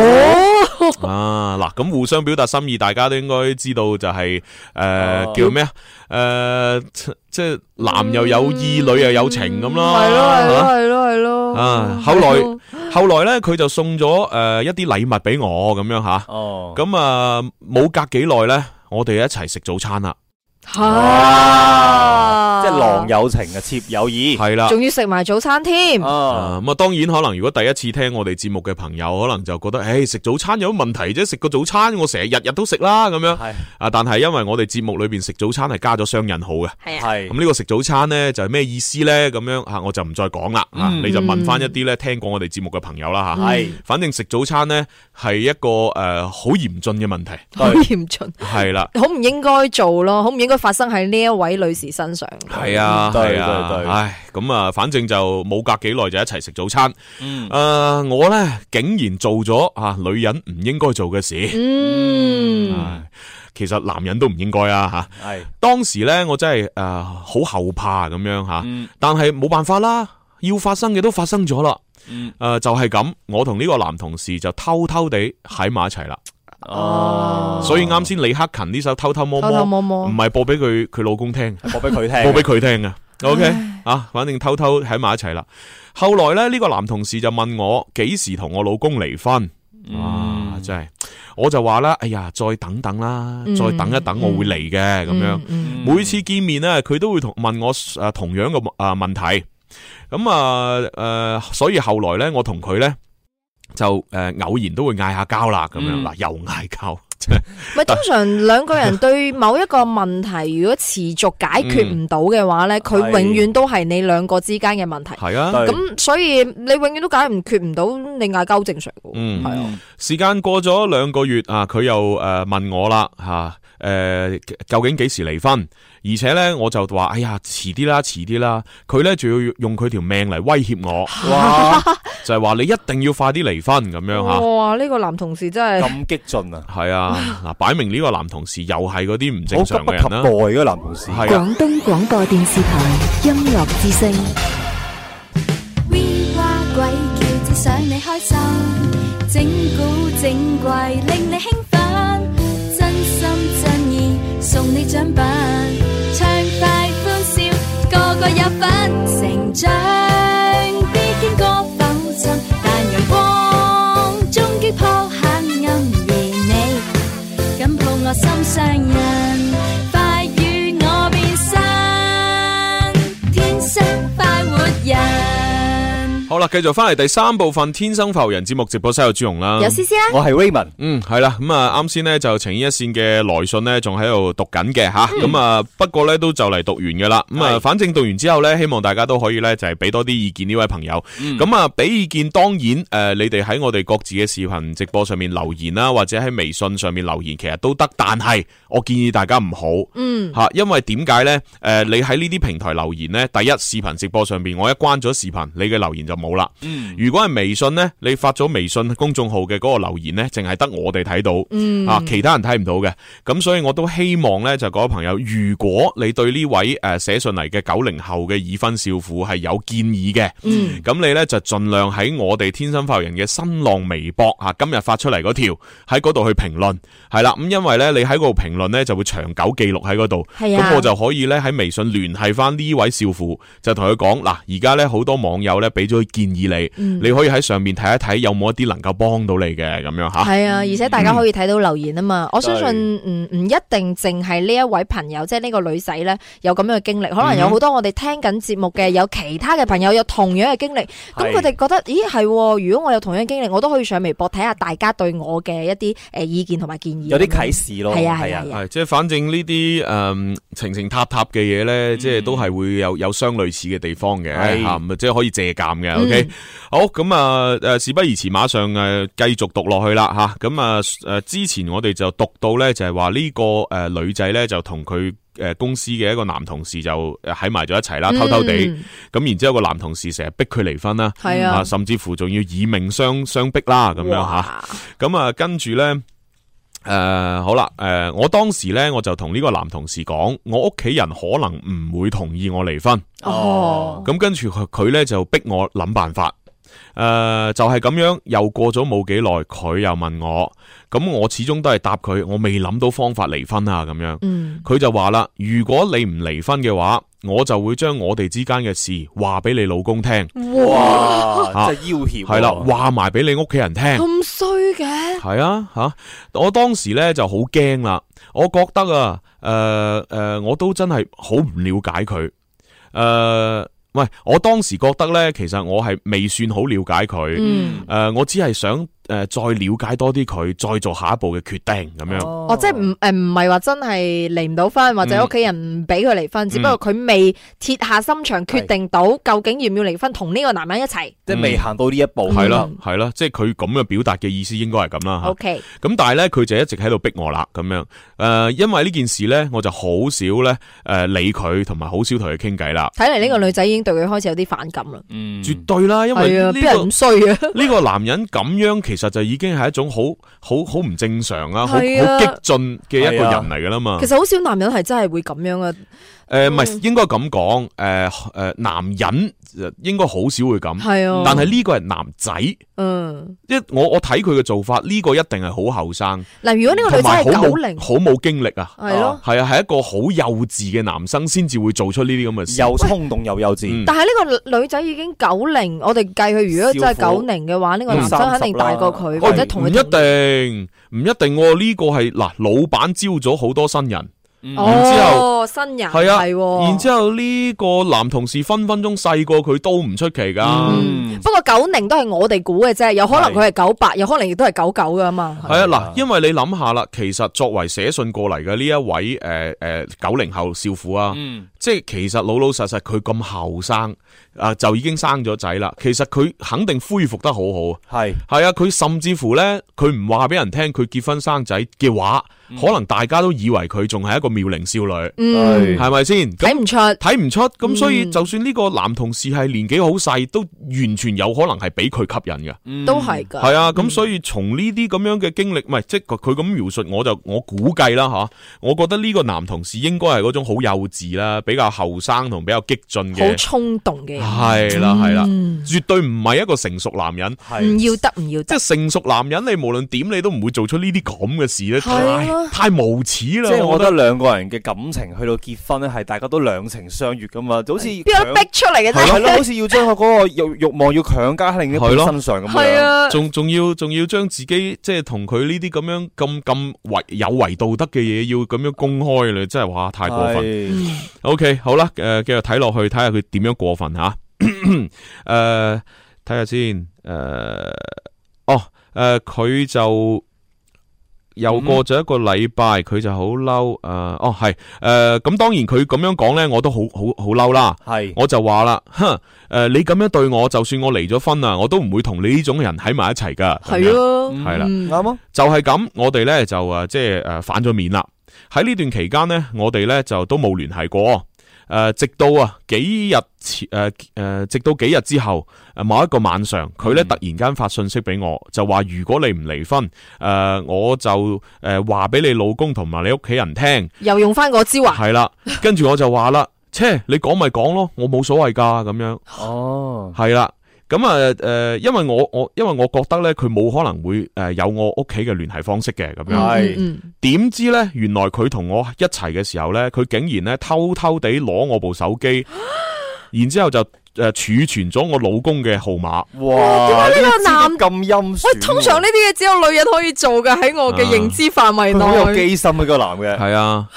B: 啊，嗱，咁互相表達心意，大家都應該知道就係呃
D: 哦
B: 叫咩啊？诶，即即係男又有意，女又有情咁啦。
C: 嗯係咯係
B: 係嘛
C: 咯係咯係咯。
B: 啊，後來後來咧，佢就送咗诶一啲禮物俾我咁樣吓。
D: 哦，
B: 咁啊冇隔幾耐咧，我哋一齊食早餐啦。
C: 吓，
B: 即係郎
D: 有情啊，妾有意。
B: 係啦。
C: 仲要食埋早餐添。
B: 啊咁啊，當然可能如果第一次聽我哋節目嘅朋友，可能就覺得，诶，食早餐有乜問題啫？食個早餐，我成日日日都食啦，咁樣。啊，但係因為我哋節目裏边食早餐係加咗雙引號嘅。
D: 系咁
B: 咁呢個食早餐呢，就係咩意思呢？咁樣啊，我就唔再講啦。啊
D: 嗯
B: 你就問翻一啲咧聽過我哋節目嘅朋友啦吓。
D: 係
B: 反正食早餐呢，係一個诶好嚴峻嘅問題。
C: 好嚴峻，
B: 係啦。
C: 好唔應該做咯，好唔應該發生喺呢一位女士身上。
B: 系啊，
D: 對
B: 係啊
D: 對對
B: 唉，咁啊，反正就冇隔幾耐就一齊食早餐。嗯，诶，我呢，竟然做咗啊女人唔應該做嘅事。
C: 嗯，
B: 唉其實男人都唔應該啊吓。
D: 系
B: 當時呢，我真係诶好後怕咁樣吓，但係冇辦法啦，要發生嘅都發生咗啦。
D: 嗯
B: 诶、就係咁，我同呢個男同事就偷偷地喺埋一齊啦。哦，所以啱先李克勤呢首偷偷摸摸，
C: 偷偷摸摸
B: 唔係播俾佢佢老公聽，
D: 播俾佢聽
B: 播俾佢聽嘅。OK 啊，反正偷偷喺埋一齊啦。後來咧，呢、個男同事就問我幾時同我老公離婚。啊，真係，我就話啦，哎呀，再等等啦，
D: 嗯
B: 再等一等，我會嚟嘅咁樣。每次見面咧，佢都會同問我誒同樣嘅啊問題。咁啊誒，所以後呃來咧，我同佢咧就誒偶然都會嗌下交啦，咁樣
D: 嗯
B: 嗱，又嗌交。
C: 咪通常兩個人對某一個問題，如果持續解決唔到嘅話咧，佢
B: 係
C: 永遠都係你兩個之間嘅問題。
B: 係啊
C: 咁所以你永遠都解唔決唔到，你嗌交好正常嘅。
B: 嗯，
C: 係
B: 啊。时间过咗兩個月啊，佢又诶、呃、问我啦吓，诶、究竟幾時離婚？而且咧，我就話：哎呀，遲啲啦，遲啲啦。佢咧仲要用佢條命嚟威脅 我，哇！就係話你一定要快啲離婚咁樣吓。
D: 哦
C: 哇！呢個男同事真係
B: 激進啊！係啊，嗱，擺明呢個男同事又係嗰啲唔正常嘅人啦。
D: 好急不
B: 嗰
D: 及
B: 個男同事係啊。
K: 广东广播电视台音乐之声，
J: We 话鬼叫，只想你开心，整古整怪令你兴奋，真心真意送你奖品，畅快欢笑，个个有份成长，必经过浮沉，但阳光終擊破黑暗，而你。紧抱我心上人，快與我變身，天生快活人。
B: 好啦，繼續翻嚟第三部分《天生浮人》節目直播室有朱容啦，
J: 有詩詩啦
C: 啊
B: 我係 Raymond，嗯，係啦，咁啊，啱先呢就情牽一線嘅來信呢，仲喺度讀緊嘅吓，
L: 嗯
B: 咁啊，不過呢都就嚟讀完噶啦，咁啊，反正讀完之後呢，希望大家都可以呢，就係俾多啲意見呢位朋友，
L: 嗯
B: 咁啊，俾意見當然诶，呃你哋喺我哋各自嘅視頻直播上面留言啦，或者喺微信上面留言，其實都得，但係我建議大家唔好。
L: 嗯
B: 吓，因為點解呢？诶、你喺呢啲平台留言呢，第一視頻直播上边，我一關咗視頻，你嘅留言就冇啦。
L: 嗯
B: 如果係微信呢，你發咗微信公眾號嘅嗰個留言呢，淨係得我哋睇到，
L: 嗯
B: 啊，其他人睇唔到嘅。咁所以我都希望呢，就各位朋友，如果你對呢位诶写信嚟嘅九零後嘅已婚少婦係有建議嘅，
L: 嗯
B: 咁你呢，就盡量喺我哋天生發育人嘅新浪微博啊，今日發出嚟嗰條喺嗰度去評論，係啦。咁因為呢，你喺嗰度評論呢，就會長久記錄喺嗰度，
L: 係啊
B: 咁我就。就可以咧喺微信聯繫翻呢位少婦，就同佢講嗱，而家咧好多網友咧俾咗建議你，
C: 嗯
B: 你可以喺上面睇一睇有冇一啲能夠幫到你嘅咁樣吓。
C: 係啊，而且大家可以睇到留言啊嘛。我相
B: 對
C: 信唔唔一定淨係呢一位朋友，即係呢個女仔咧有咁樣嘅經歷，可能
B: 嗯
C: 有
B: 哼
C: 好多我哋聽緊節目嘅有其他嘅朋友有同樣嘅經歷，咁
B: 係
C: 佢哋覺得咦係喎，如果我有同樣嘅經歷，我都可以上微博睇下大家對我嘅一啲誒意見同埋建議，係啊係啊，係啊
B: 係即係反正呢啲誒情情塔塔嘅嘢咧，
L: 嗯
B: 即係都係會有有相類似嘅地方嘅
L: 係
B: 嚇，咁啊即係可以借鑑嘅。
L: 嗯
B: OK，好咁啊誒，事不宜遲，馬上呃誒繼續讀落去啦嚇。咁啊誒，之前我哋就讀到咧，就係話呢個誒女仔咧就同佢。誒公司嘅一個男同事就呃喺埋咗一齊啊啦，偷偷地咁
L: 嗯，
B: 然之後個男同事成日逼佢離婚啦，
L: 係啊
B: 甚至乎仲要以命相相逼啦，咁樣嚇，咁啊跟住咧。诶、好啦，诶、我當時咧，我就同呢個男同事講，我屋企人可能唔會同意我離婚。
L: 哦，
B: 咁跟住佢佢咧就逼我諗辦法。诶、就係咁樣，又過咗冇幾耐，佢又問我，咁我始終都係答佢，我未諗到方法離婚啊，咁樣。
L: 嗯
B: 佢就話啦，如果你唔離婚嘅話，我就會將我哋之間嘅事話俾你老公聽。
D: 哇
B: 啊
D: 真係要挾喎
B: 係啦，話埋俾你屋企人聽。
C: 咁衰嘅，
B: 系啊，吓、我當時咧就好驚啦，我覺得啊，诶、诶、我都真係好唔了解佢，诶、喂，我當時覺得咧，其實我係未算好了解佢，
C: 嗯
B: 诶、我只係想诶、誒再了解多啲佢，再做下一步嘅決定咁樣。
C: 哦，即係唔誒唔係話真係離唔到婚，或者
B: 嗯
C: 屋企人唔俾佢離婚，只不過佢未鐵下心腸決定到究竟要唔要離婚，同呢個男人一齊。
B: 即
D: 係未行
B: 到呢一步
D: 嗯
B: 係啦，係啦，即係佢咁嘅表達嘅意思應該係咁啦嚇
C: OK
B: 咁但係咧，佢就一直喺度逼我啦，咁樣誒、因為呢件事咧，我就好少咧誒、理佢，同埋好少同佢傾偈啦。
C: 睇嚟呢個女仔已經對佢開始有啲反感啦。
B: 绝对啦，因为
C: 嗯係啊
B: 呢
C: 邊人
B: 個
C: 咁衰啊？
B: 呢个男人咁样，其实就已经系一种好好好唔正常啊，好好激
C: 係啊
B: 进嘅一个人嚟噶啦嘛
C: 其。實好少男人係啊真係會咁樣嘅，
B: 诶，唔系应该咁讲，诶诶，男人呃应该好少会咁，
C: 係啊
B: 但系呢个系男仔，
C: 嗯。
B: 一我我睇佢嘅做法，呢个一定系好后生。
C: 嗱，如果呢個
B: 同埋
C: 女仔
B: 好
C: 係九
B: 冇
C: 零，
B: 好冇經歷啊，
C: 係咯
B: 係啊，係一個好幼稚嘅男生先至會做出呢啲咁嘅事，嗯
D: 又
B: 衝動又幼稚
C: 但係呢個女仔已經九零，我哋計佢如果真係
B: 少婦
C: 九零嘅話，呢個男生
B: 嗯
C: 肯定大過佢，
B: 喂
C: 或者同
B: 唔一
C: 佢
B: 定，唔一定喎。呢個係嗱，老闆招咗好多新人，然之後。
C: 哦，新人
B: 系啊，
C: 係喎
B: 然之后呢個男同事分分鐘細過佢都唔出奇噶。
C: 不過九零都係我哋估嘅啫，有可能佢係九八，有可能亦都係九九噶嘛。
B: 系啊，嗱，因為你諗下啦，其實作為寫信過嚟嘅呢一位诶诶九零後少婦啊，即係其實老老實實佢咁後生啊，就已經生咗仔啦。其實佢肯定恢復得好好。
D: 系
B: 系啊，佢甚至乎呢，佢唔話俾人聽佢結婚生仔嘅話，可能大家都以為佢仲係一個妙齡少女，
C: 嗯
B: 係咪先？
C: 睇唔出，
B: 睇唔出。
D: 嗯
B: 咁所以就算呢個男同事係年紀好細，都完全有可能係俾佢吸引嘅。
C: 都係㗎。
B: 系
D: 嗯
B: 啊，咁所以從呢啲咁樣嘅經歷，唔係即係佢佢咁描述，我就我估計啦吓，我覺得呢個男同事應該係嗰種好幼稚啦，比較後生同比較激進嘅，
C: 好衝動嘅人，
B: 係啦係啦
C: 嗯，
B: 絕對唔係一個成熟男人，
C: 唔要得唔要
B: 即係成熟男人，你無論點你都唔會做出呢啲咁嘅事咧，
C: 係啊
B: 太太無恥啦！
D: 即係我
B: 我覺
D: 覺得
B: 得。
D: 兩個人嘅感情去到結婚咧，係大家都兩情相悅噶嘛，就好似
C: 邊有逼出嚟嘅啫？
D: 係咯，好似要將佢嗰個欲欲望要強加喺另一半
B: 係咯
D: 身上咁
C: 係啊
D: 樣。
B: 仲仲要仲要將自己即係同佢呢啲咁樣咁咁違有違道德嘅嘢，要咁樣公開咧，真係哇太過分！O、k 好啦，诶、繼續睇落去，睇下佢點樣過分 吓。诶、睇下先，诶、哦，诶、佢就又過咗一個禮拜，佢就好嬲。诶、哦，係，诶、咁當然佢咁樣講呢，我都好好好嬲啦。
D: 係
B: 我就話啦，哼，诶、你咁樣對我，就算我離咗婚啊，我都唔會同你呢種人喺埋一齊噶。咁樣嗯係啦。
D: 啱啊，
B: 就係咁，我哋呢就呃诶即係诶反咗面啦。喺呢段期間呢，我哋呢就都冇聯繫過。诶、直到啊幾日前诶诶，直到幾日之後，诶某一個晚上，佢呢突然間發信息俾我，就話如果你唔離婚，诶、我就诶話俾你老公同埋你屋企人聽。
C: 又用翻嗰招啊？
B: 係啦，跟住我就話啦，切，你講咪講咯，我冇所謂㗎咁樣。
D: 哦，
B: 係啦。咁啊，誒、因為我我因為我覺得咧，佢冇可能會誒、有我屋企嘅聯繫方式嘅咁樣。
D: 係嗯
B: 點知咧，原來佢同我一齊嘅時候咧，佢竟然咧偷偷地攞我部手 機，然之後就誒、儲存咗我老公嘅號碼。
D: 哇！
C: 點解呢個男
D: 咁陰
C: 喂，通常呢啲嘢只有女人可以做嘅，喺我嘅
B: 啊
C: 認知範圍
D: 佢好有
C: 內。
D: 機心啊，個男嘅。
B: 係啊。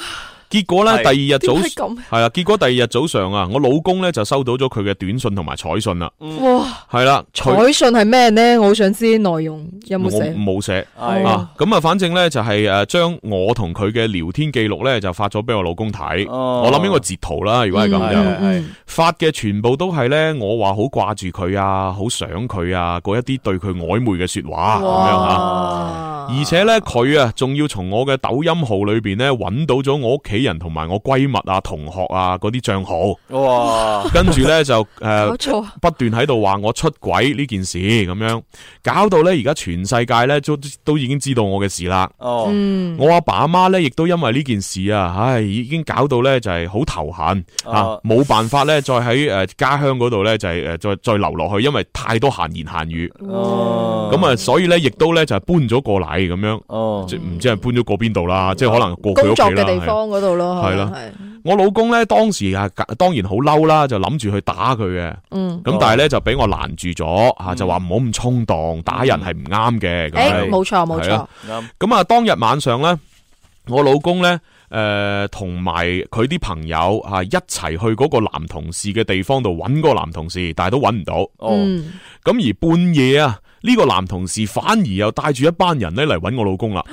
B: 結果咧，
D: 係
B: 第二日早
C: 點解咁
B: 係啊，結果第二日早上啊，我老公咧就收到咗佢嘅短信同埋彩信啦。
C: 哇！
B: 係啦，佢
C: 彩信係咩呢？我好想知內容有冇
B: 我
C: 寫。嗯
B: 冇寫
C: 係
B: 啊，咁啊，反正咧就係诶，将我同佢嘅聊天記錄咧就發咗俾我老公睇。
D: 哦
B: 我諗應該截圖啦，如果係咁
D: 嗯係係
B: 就
D: 係
B: 發嘅全部都係咧，我話好掛住佢啊，好想佢啊，嗰一啲對佢曖昧嘅说話咁樣啊。而且咧，佢啊，仲要從我嘅抖音號裏边咧揾到咗我屋企人同埋我閨蜜啊、同學啊嗰啲帳號。
D: 哇！
B: 跟住咧就诶
C: 搞錯，
B: 不斷喺度話我出軌呢件事咁樣，搞到咧而家全世界咧都都已經知道我嘅事啦。
D: 哦
C: 嗯
B: 我阿爸阿媽咧亦都因為呢件事啊，唉，已經搞到咧就係好頭痕啊
D: 哦，
B: 冇辦法咧再喺诶家鄉嗰度咧就係诶呃再再留落去，因為太多閒言閒語。
C: 嗯
B: 咁啊，所以咧亦都咧就係搬咗過嚟咁樣。
D: 哦，
B: 即係唔知係搬咗過邊度啦，即係可能過佢
C: 嗯工
B: 屋企
C: 作
B: 啦。
C: 嘅地
B: 係
C: 方嗰度咯，
B: 係
C: 啦
B: 啦，我老公咧當時啊，當然好嬲啦，就諗住去打佢嘅。
C: 嗯
B: 咁但係咧就俾我攔住咗啊吓，就話唔好咁衝動，打人係唔啱嘅。咁
C: 誒
B: 樣
C: 冇錯冇錯
B: 係啊咁啊，當日晚上咧，我老公咧。诶，同埋佢啲朋友啊，一齊去嗰個男同事嘅地方度揾嗰個男同事，但係都揾唔到。
D: 哦
C: 嗯
B: 咁而半夜啊，呢、個男同事反而又帶住一班人咧嚟揾我老公啦。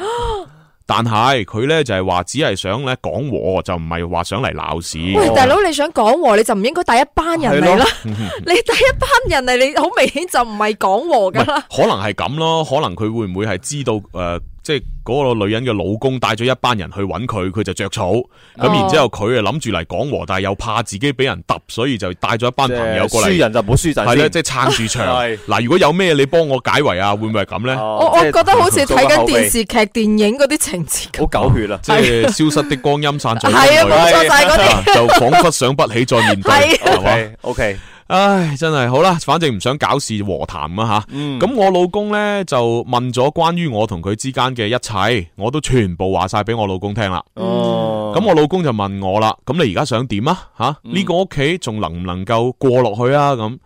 B: 但係佢咧就係話只係想咧講和，就唔係話想嚟鬧事。
C: 喂，大佬，你想講和，你就唔應該帶一班人 嚟啦。
B: 嗯
C: 你帶一班人嚟，你好明顯就唔係講和噶啦。
B: 可能系咁咯，可能佢會唔會係知道诶、呃即係嗰個女人嘅老公帶咗一班人去揾佢，佢就着草，咁、然之后佢啊諗住嚟講和，但係又怕自己俾人揼，所以就帶咗一班朋友過嚟。
D: 輸人就唔好輸陣
B: 係啦，
D: 先
B: 即係撐住場。
D: 係哦
B: 嗱，如果有咩你幫我解圍啊，會唔會係咁咧？
C: 我我覺得好似睇緊電視劇、電影嗰啲情節。
D: 好狗血啊！
B: 即係消失的光陰散在
C: 係啊冇錯就係嗰啲
B: 就彷彿想不起再面對，
C: 係啊
B: 係嘛
D: OK，
B: 唉，真係好啦，反正唔想搞事和談啊吓。
D: 嗯
B: 咁、我老公呢，就問咗關於我同佢之間嘅一切，我都全部話晒俾我老公聽啦。
D: 哦，
B: 咁我老公就問我啦，咁你而家想點啊？吓、呢、個屋企仲能唔能夠過落去啊？咁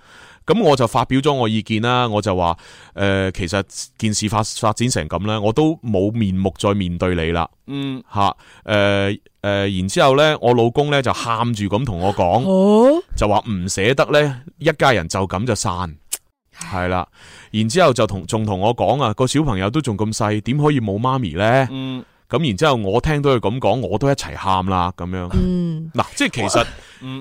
B: 咁我就發表咗我意見啦，我就話誒、呃其實件事發發展成咁咧，我都冇面目再面對你啦。
A: 嗯
B: 吓，诶诶，誒然之后咧，我老公咧就喊住咁同我
C: 哦
B: 講，就話唔捨得咧，一家人就咁就散，係啦。然之后就同仲同我講啊，個小朋友都仲咁細，點可以冇媽咪咧？
D: 嗯，
B: 咁然之后我聽到佢咁講，我都一齊喊啦，咁樣。
C: 嗯，
B: 嗱，即係其實，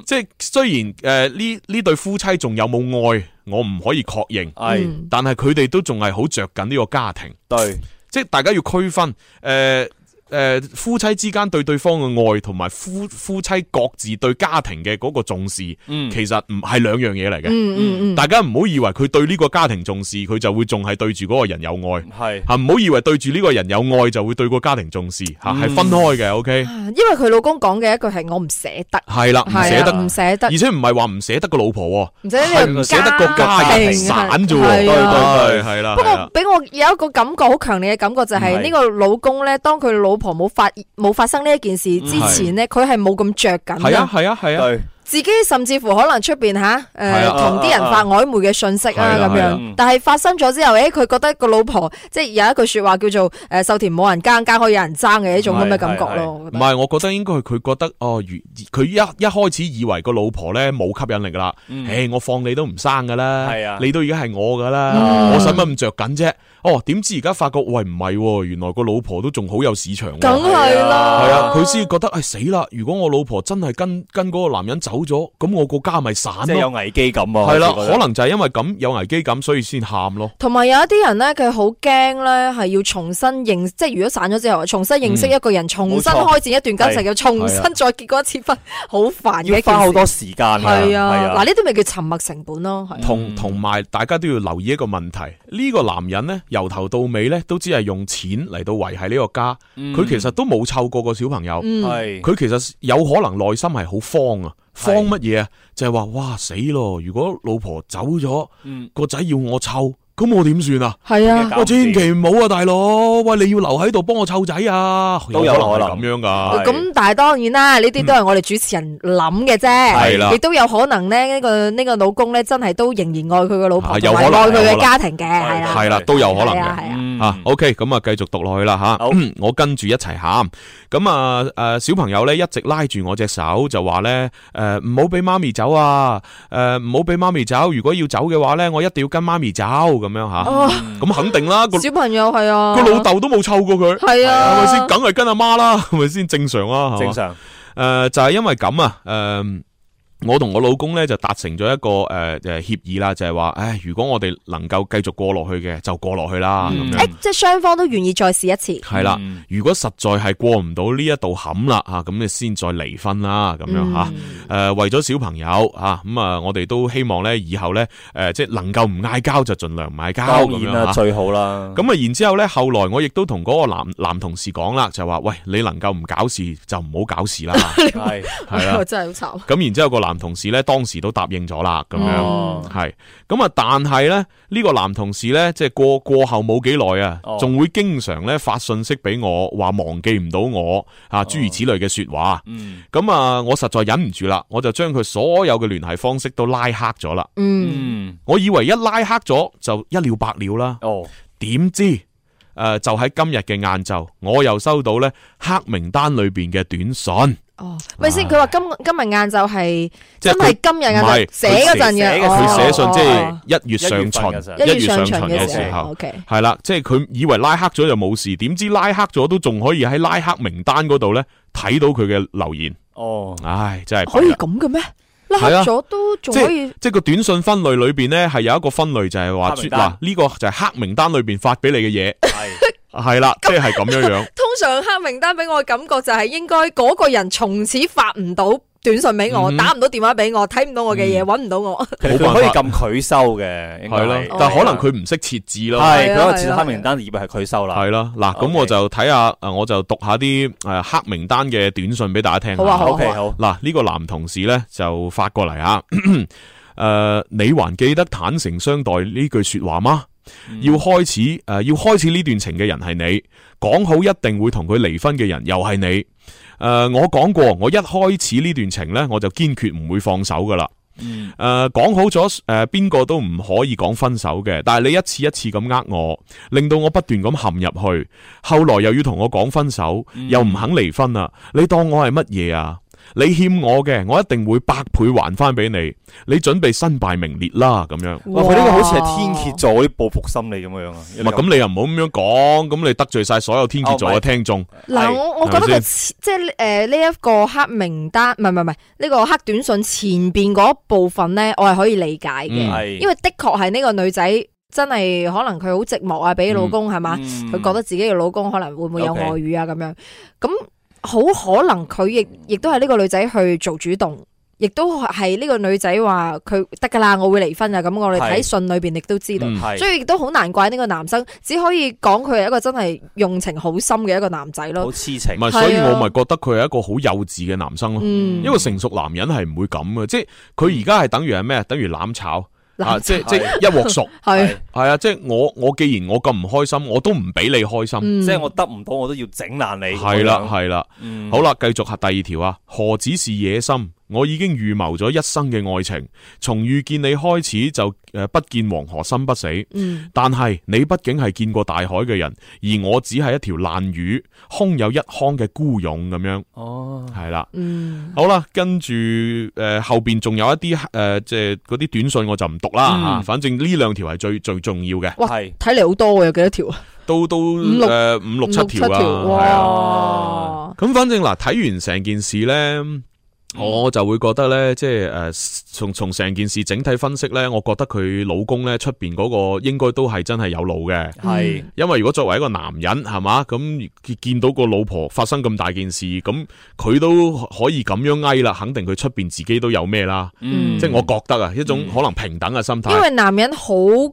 B: 即係雖然诶呢呢对夫妻仲有冇愛，我唔可以確認，
D: 係嗯
B: 但係佢哋都仲係好着緊呢個家庭。
D: 對，
B: 即係大家要區分诶。诶、夫妻之間對對方嘅愛，同埋夫夫妻各自對家庭嘅嗰個重視，
D: 嗯
B: 其實唔係兩樣嘢嚟嘅。
D: 嗯嗯嗯
B: 大家唔好以為佢對呢個家庭重視，佢就會仲係對住嗰個人有
C: 嗯
B: 愛。
D: 係
B: 吓，唔好以為對住呢個人有愛就會對個家庭重視吓，係
C: 嗯
B: 分開嘅。OK。
C: 因為佢老公講嘅一句係我唔捨得，
B: 系啦，唔
C: 係
B: 捨
C: 啊
B: 得，
C: 唔捨得
B: 而且唔係話唔捨得個老婆喎，
C: 唔捨得
B: 係
C: 個
B: 唔捨得個
C: 家
B: 家人
C: 庭
B: 散啫
C: 係啊
B: 喎，
C: 對對對
B: 係啦，
C: 不
B: 係啊啦
C: 過俾我有一個感覺好強烈嘅感覺就係
B: 係
C: 呢個老公咧，當佢老婆冇發冇發生呢一件事之前咧，佢係冇咁着緊
B: 嗯係啊，係啊，係啊，
C: 自己甚至乎可能出边吓，诶
B: 係啊
C: 同啲人發曖昧嘅信息啊
B: 係啊
C: 咁
B: 係啊
C: 樣，
B: 嗯
C: 但係發生咗之後，诶佢覺得個老婆即係有一句说話叫做诶秀田冇人耕，耕可以有人爭嘅一種咁嘅感覺咯。
B: 唔係，啊我覺得應該係佢覺得哦，如佢一一開始以為個老婆咧冇吸引力㗎啦，
D: 嗯
B: 誒，我放你都唔生㗎啦
D: 係啊，
B: 你都已經係我㗎啦，
D: 嗯
B: 我使乜咁着緊啫？哦，點知而家發覺喂唔係喎，原來個老婆都仲好有市場喎，
C: 梗係啦
B: 係啊，佢先覺得唉死啦！如果我老婆真係跟跟嗰個男人走咗，咁我個家咪散咯，
D: 即係有危機感啊
B: 係啦，
D: 開始覺得
B: 可能就係因為咁有危機感，所以先喊咯。
C: 同埋有一啲人咧，佢好驚咧，係要重新認，即係如果散咗之後，重新認識一個人，重新
D: 冇
C: 開
D: 錯
C: 展一段感情，
D: 係
C: 又重
D: 係
C: 新
D: 啊
C: 再結過一次婚，好煩嘅
D: 要
C: 一件事。
D: 花好多時間㗎
C: 係
D: 係
C: 啊，
D: 啊
C: 嗱呢啲咪叫沉默成本咯，
D: 嗯
C: 係啊
B: 同同埋，大家都要留意一個問題：呢、個男人呢，由頭到尾呢，都只係用錢嚟到維係呢個家。
D: 嗯
B: 佢、其實都冇湊過個小朋友，
D: 嗯
B: 佢、
D: 係
B: 其實有可能內心係好慌啊！慌
D: 係
B: 乜嘢啊？就係話哇死咯！如果老婆走咗
D: 嗯，
B: 個仔、要我湊，咁我點算啊？
C: 係啊
B: 我千祈唔好啊，大佬！喂，你要留喺度幫我湊仔啊！
D: 都有
B: 係
D: 可能
B: 咁樣㗎。
C: 咁但係當然啦，呢啲都係我哋主持人諗嘅啫，
B: 嗯係啦
C: 亦都有可能咧，呢個呢個老公咧真係都仍然愛佢嘅老婆，
B: 啊有
C: 同埋
B: 可能
C: 愛佢
B: 有
C: 嘅
B: 可能
C: 家庭嘅，係啦。
B: 系啦，都有可能
C: 係啊係啊
B: 嘅。
D: 嗯
B: 啊，OK，咁啊，繼續讀落去啦吓。 我跟住一齊喊。咁啊，诶，小朋友咧一直拉住我隻手，就話咧，诶，唔好俾媽咪走啊，诶，唔好俾媽咪走。如果要走嘅話咧，我一定要跟媽咪走咁樣吓。
C: 哦
B: 咁肯定啦，個
C: 小朋友係啊，
B: 個老豆都冇湊過佢，
C: 係
B: 係
C: 啊
B: 咪先？梗係跟阿媽啦，係咪先？正常啊，係嘛
D: 正常。
B: 诶，呃就係因為咁啊，诶。我同我老公咧就達成咗一個誒誒協議啦，就係話，唉，如果我哋能夠繼續過落去嘅，就過落去啦
D: 嗯
B: 咁樣。
D: 哎
C: 誒即係雙方都願意再試一次，。
B: 系啦，如果實在係過唔到呢一度坎啦吓，啊咁你先再離婚啦，咁
D: 嗯
B: 樣吓。诶，为咗小朋友吓，咁啊，我哋都希望咧以後咧，诶，即系能夠唔嗌交就盡量唔嗌交
D: 當
B: 咁
D: 然
B: 樣
D: 啦，
B: 啊
D: 最好啦。
B: 咁啊，然之後咧，後來我亦都同嗰個男男同事講啦，就話：喂，你能夠唔搞事就唔好搞事 啦，
D: 係
B: 係啊啦
C: 真係好慘。
B: 咁然之後個男同事咧，當時都答應咗啦，咁樣
C: 哦
B: 係。咁啊，但係咧，呢個男同事咧，即係過過後冇幾耐啊，
C: 哦
B: 仲會經常咧發信息俾我，話忘記唔到我
C: 哦
B: 啊，諸如此類嘅説話。
C: 嗯
B: 咁啊，我實在忍唔住啦，我就將佢所有嘅聯繫方式都拉黑咗啦。
C: 嗯，
B: 我以為一拉黑咗就一了百了啦。
D: 哦，
B: 點知誒、呃就喺今日嘅晏晝，我又收到咧黑名單裏邊嘅短信。
C: 哦，咪先，佢話今今日晏晝係
B: 即係
C: 真
B: 佢
C: 係今日晏
B: 唔係
C: 晝寫嗰陣
B: 佢
C: 嘅，
B: 寫佢寫信
C: 哦
B: 即
C: 哦
B: 係一月上旬，
C: 一月
B: 一月
C: 上
B: 上
C: 旬
B: 旬嘅
C: 嘅時
B: 時
C: 候
B: 候
C: ，OK，
B: 係啦，即係佢以為拉黑咗就冇事，點知拉黑咗都仲可以喺拉黑名單嗰度咧睇到佢嘅留言。
D: 哦，
B: 唉，真係
C: 可
B: 弊
C: 以
B: 啦
C: 咁嘅咩？拉
B: 係啊
C: 咗都仲
B: 即
C: 可以
B: 係。即係個短信分類裏邊咧，係有一個分類就係話
D: 黑名單
B: 嗱呢個就係黑名單裏邊發俾你嘅嘢，係啦，即係咁樣樣。
C: 通常黑名單俾我嘅感覺就係應該嗰個人從此發唔到短信俾我，
B: 嗯
C: 打唔到電話俾我，睇唔到我嘅嘢，揾唔到我。
D: 佢
B: 冇辦法
D: 可以撳佢收嘅，應該
B: 係
D: 係哦
B: 咯，但可能佢唔識設置咯。
D: 係佢個設黑名單以為係佢收啦。
B: 系啦，嗱，咁我就睇下，诶，我就讀下啲诶黑名單嘅短信俾大家聽下。
D: 好啊好啊 OK，好
B: 嗱，呢個男同事咧就發過嚟啊， 诶，你還記得坦誠相待呢句说話嗎？要開始诶、呃要開始呢段情嘅人係你，講好一定會同佢離婚嘅人又係呃你。诶、我講過，我一開始呢段情咧，我就堅決唔會放手噶啦。诶、講好咗诶边个都唔可以講分手嘅，但係你一次一次咁呃我，令到我不斷咁陷入去，後來又要同我講分手，又唔肯離婚啦，你當我係乜嘢啊？你欠我嘅，我一定會百倍還翻俾你。你準備身敗名裂啦，咁樣。
D: 哇！佢呢個好似係天蝎座嗰啲報復心理咁樣啊。
B: 唔係咁，你又唔好咁樣講，咁你得罪晒所有天蝎座嘅聽眾。
C: 嗱，我我覺得
B: 係咪
C: 個
B: 先
C: 即係诶呢一個黑名單，唔係唔係唔係呢個黑短信前边嗰部分咧，我係可以理解
B: 嗯
C: 嘅，
B: 係
C: 因為的確係呢個女仔。真係可能佢好寂寞啊，俾老公係嘛，佢、覺得自己嘅老公可能會唔會有
L: OK
C: 外遇啊咁樣，咁好可能佢亦亦都係呢個女仔去做主動，亦都係呢個女仔話佢得㗎啦，我會離婚啊，咁我哋睇
L: 係
C: 信裏邊亦都知道，
L: 嗯係
C: 所以亦都好難怪呢個男生，只可以講佢係一個真係用情好深嘅一個男仔咯。
D: 痴情
B: 唔係，所以
C: 係啊
B: 我咪覺得佢係一個好幼稚嘅男生咯。
C: 嗯
B: 因為成熟男人係唔會咁嘅，即係佢而家係等於係咩？啊等於攬炒
C: 攬
B: 啊！即係
C: 炒
B: 即係一鑊熟，
C: 係
B: 係啊！即係我我既然我咁唔開心，我都唔俾你開心，
D: 即係我得唔到，我都要整爛你。
B: 係啦係啦
D: 嗯。
B: 好啦，繼續下第二條啊！何止是野心？我已經預謀咗一生嘅愛情，從遇見你開始就誒不見黃河心不死。
M: 嗯
B: 但係你畢竟係見過大海嘅人，而我只係一條爛魚，空有一腔嘅孤勇咁樣。
D: 哦，
B: 係啦。
C: 嗯，
B: 好啦，跟住誒、呃、後邊仲有一啲誒、呃即係嗰啲短信我就唔讀啦嚇、
C: 嗯
B: 啊反正呢兩條係最最重要嘅，
C: 哇，睇嚟好多喎，有幾多條啊？
B: 都都
C: 六
B: 誒五六七條啦，係啊。咁反正嗱，睇完成件事呢。
C: 嗯
B: 我就會覺得呢，即係誒，從從成件事整體分析呢，我覺得佢老公呢出邊嗰個應該都係真係有腦嘅，
D: 係
B: 因為如果作為一個男人係嘛，咁見見到個老婆發生咁大件事，咁佢都可以咁樣翳啦，肯定佢出邊自己都有咩啦，
C: 嗯
B: 即係我覺得啊，一種可能平等嘅心態。
C: 因為男人好驚，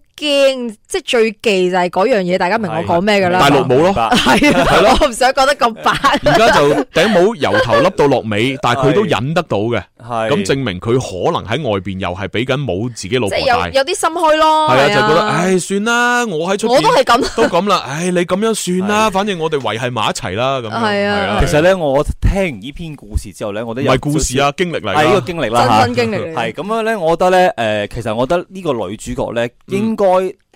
C: 即係最忌就係嗰樣嘢，大家明我講咩㗎啦。
B: 大陸冇咯，
C: 係
B: 係
C: 啊，
B: 咯，
C: 我唔想講得咁白。
B: 而家就頂帽由頭笠到落 尾，但係佢都忍得到嘅，
D: 係
B: 咁證明佢可能喺外邊又係俾緊冇自己老
C: 即
B: 婆
C: 係
B: 大
C: 有。有啲心虛咯，
B: 係啊，就
C: 係
B: 覺得唉，算啦，我喺出邊
C: 我都係咁
B: 都咁啦，唉，你咁樣算啦，反正我哋維係埋一齊啦，咁樣
C: 係啊
B: 係
C: 係啊
D: 其實咧，我聽完呢篇故事之後咧，我都有
B: 唔係故事啊經歷嚟㗎
D: 係呢個經歷啦，
B: 真
D: 嚇
B: 身經歷嚟㗎
D: 係咁樣咧，我覺得咧，誒，其實我覺得呢個女主角咧，應該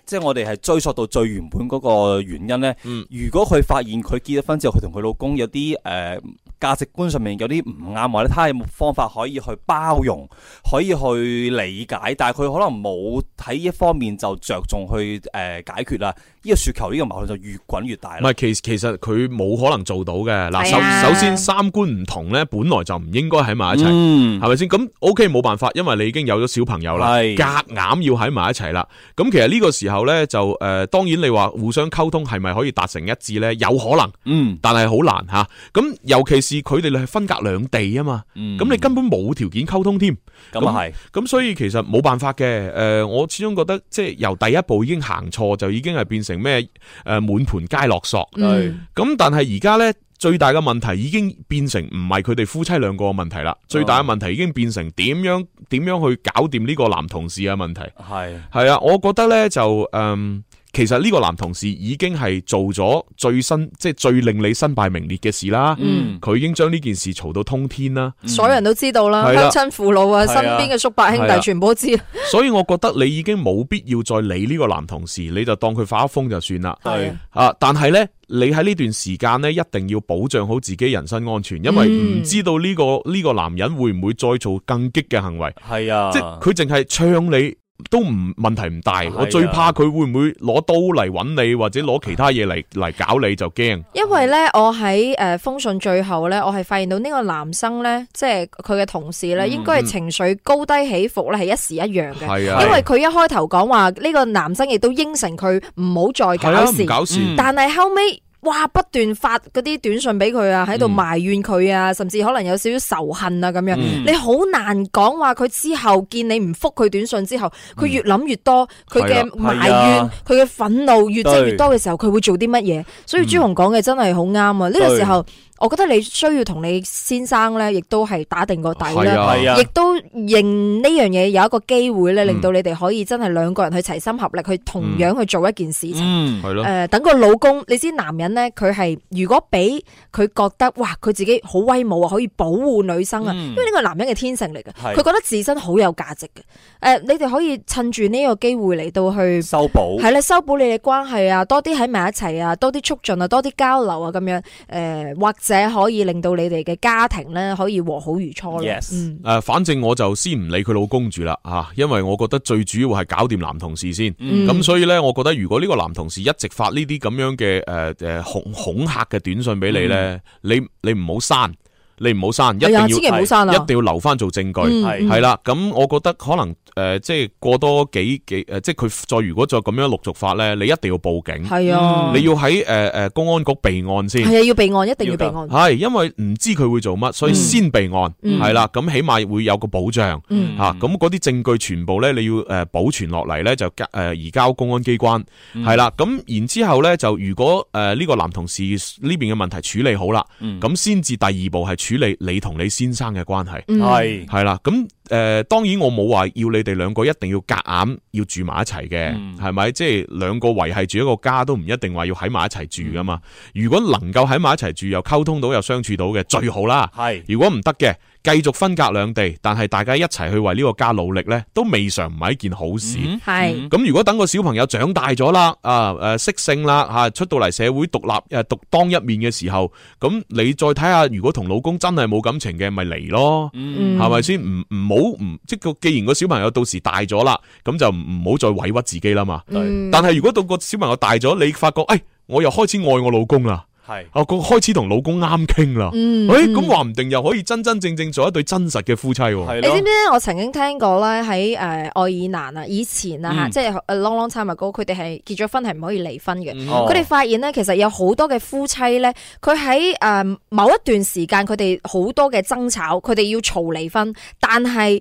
D: 即係我哋係追溯到最原本嗰個原因咧。如果佢發現佢結咗婚之後，佢同佢老公有啲誒價值觀上面有啲唔啱，或者睇下有冇方法可以去包容，可以去理解，但係佢可能冇喺呢一方面就着重去誒解決啦。呢個雪球呢個矛盾就越滾越大
B: 唔
D: 啦。
B: 係，其其實佢冇可能做到嘅。嗱，
D: 係啊
B: 首首先三觀唔同咧，本來就唔應該喺埋一齊，
D: 嗯
B: 係咪先？咁 OK 冇辦法，因為你已經有咗小朋友啦，
D: 係
B: 夾硬要喺埋一齊啦。咁其實呢個時候咧，就誒、呃、當然你話互相溝通係咪可以達成一致咧？有可能，
D: 嗯，
B: 但係好難嚇。咁、尤其是佢哋係分隔兩地啊嘛，咁、
D: 嗯
B: 你根本冇條件溝通添。
D: 咁啊係
B: 咁所以其實冇辦法嘅。誒、我始終覺得即係由第一步已經行錯，就已經係變成咩誒、滿盤皆落索。
D: 嗯
B: 咁但係而家呢，最大嘅問題已經變成唔係佢哋夫妻兩個嘅問題啦，最大嘅問題已經變成點樣點樣去搞掂呢個男同事嘅問題。
D: 係
B: 係啊，我覺得呢就誒、嗯其實呢個男同事已經係做咗最新，即係最令你身敗名裂嘅事啦。
C: 嗯
B: 佢已經將呢件事嘈到通天啦。
C: 所有人都知道啦，
B: 嗯係
C: 鄉
B: 啦
C: 親父老啊，
B: 係啊
C: 身邊嘅叔伯兄
B: 係啊
C: 弟全部都知。
B: 所以我覺得你已經冇必要再理呢個男同事，你就當佢發咗瘋就算啦。
C: 係
B: 啊，但係呢，你喺呢段時間呢，一定要保障好自己人身安全，因為
D: 嗯
B: 唔知道呢、個呢、個男人會唔會再做更激嘅行為。
D: 係啊，
B: 即係佢淨係唱你。都唔問題唔大，我最怕佢會唔會攞刀嚟揾你，或者攞其他嘢嚟嚟搞你就驚。
C: 因為咧，我喺诶封信最後咧，我係發現到呢個男生咧，即係佢嘅同事咧，
B: 嗯
C: 應該係情緒高低起伏咧係一時一樣嘅。
B: 係啊
C: 因為佢一開頭講話呢個男生亦都應承佢唔好再
B: 係
C: 搞
B: 啊
C: 事，
B: 唔搞事嗯
C: 但係後尾。哇！不斷發嗰啲短信俾佢啊，喺
B: 嗯
C: 度埋怨佢啊，甚至可能有少少仇恨啊咁樣。
L: 嗯
C: 你好難講話佢之後見你唔覆佢短信之後，
B: 嗯
C: 佢越諗越多，佢
L: 係
C: 嘅
L: 啊
C: 埋
L: 係啊
C: 怨、佢嘅憤怒越積越
L: 對
C: 多嘅時候，佢會做啲乜嘢？所以朱
L: 嗯
C: 紅講嘅真係好啱啊！呢個時候。我覺得你需要同你先生咧，亦都係打定個底
B: 係啊
C: 啦，
B: 係啊
C: 亦都認呢樣嘢有一個機會咧，令到你哋可以真係兩個人去齊心合力去同樣去做一件事情。
B: 嗯，系咯，
C: 诶、等個老公，你知男人咧，佢係如果俾佢覺得哇，佢自己好威武啊，可以保護女生啊，因為呢個係男人嘅天性嚟嘅，
D: 嗯係
C: 佢覺得自身好有價值嘅。诶、你哋可以趁住呢個機會嚟到去
D: 修補
C: 系啦，修補你哋關係啊，多啲喺埋一齊啊，多啲促進啊，多啲交流啊，咁樣诶、誒或者可以令到你哋嘅家庭咧可以和好如初咯。
B: Yes
C: 嗯，
B: 诶，呃反正我就先唔理佢老公住啦，吓，因為我覺得最主要係搞掂男同事先。
D: Ừ.
C: 嗯
B: 咁所以呢，我覺得如果呢個男同事一直發呢啲咁樣嘅诶诶恐恐吓嘅短信俾你呢，你你唔好刪，你唔好刪，一定
C: 嗯哎呀
B: 要
C: 千祈唔好刪啊
B: 一定要留翻做證據，
C: 嗯
B: 係
C: 嗯
B: 係啦。咁我覺得可能诶，即係過多幾幾呃诶，即係佢再如果再咁樣陸續發呢，你一定要嗯報警，
C: 係啊
B: 你要喺诶诶公安局備案先，
C: 係啊，要備案，一定要備案。
B: 系，因為唔知佢會做乜，所以先備案
C: 嗯
B: 係啦，咁起碼會有個保障
C: 嗯
B: 吓，咁嗰啲證據全部咧你要诶保存落嚟咧就交诶移交公安機關
L: 嗯
B: 係啦，咁然之后咧就如果诶呢個男同事呢邊嘅問題處理好啦，
L: 嗯
B: 咁先至第二步係處理你同你先生嘅關係，
C: Ừ.
L: 嗯係
B: 係啦，咁诶当然我冇話要你哋兩個一定要夾硬要住埋一齊嘅，係咪？即係兩個維係住一個家都唔一定話要喺埋一齊住噶嘛，如果能夠喺埋一齊住又溝通到又相處到嘅最好啦，
D: 係
B: 如果唔得嘅，繼續分隔兩地，但係大家一齊去為呢個家努力呢，都未嘗唔係一件好事。
C: 係嗯
B: 咁，如果等個小朋友長大咗啦，啊誒識性啦嚇，出到嚟社會獨立誒呃獨當一面嘅時候，咁你再睇下，如果同老公真係冇感情嘅，咪離咯，
L: 嗯
B: 係咪先？唔唔好唔即個，既然個小朋友到時大咗啦，咁就唔唔好再委屈自己啦嘛。
L: 嗯
B: 但係如果到個小朋友大咗，你發覺誒、哎我又開始愛我老公啦。
D: 係
B: 啊，個開始同老公啱傾啦，
C: 嗯
B: 誒
C: 嗯
B: 咁話唔定又可以真真正正做一對真實嘅夫妻喎。
C: 你知唔知咧？我曾經聽過咧喺誒愛爾蘭啊，以前啊嚇，
B: 嗯
C: 即係誒 long long time ago，佢哋係結咗婚係唔可以離婚嘅。
B: 嗯
C: 佢哋、
B: 哦
C: 發現咧，其實有好多嘅夫妻咧，佢喺誒某一段時間，佢哋好多嘅爭吵，佢哋要嘈離婚，但係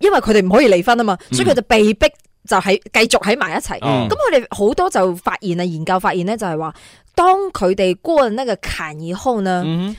C: 因為佢哋唔可以離婚啊嘛，所以佢就被逼。就喺繼續喺埋一齊，
L: 嗯
C: 咁佢哋好多就發現啊，研究發現咧就係話，當佢哋過了那個坎以後呢，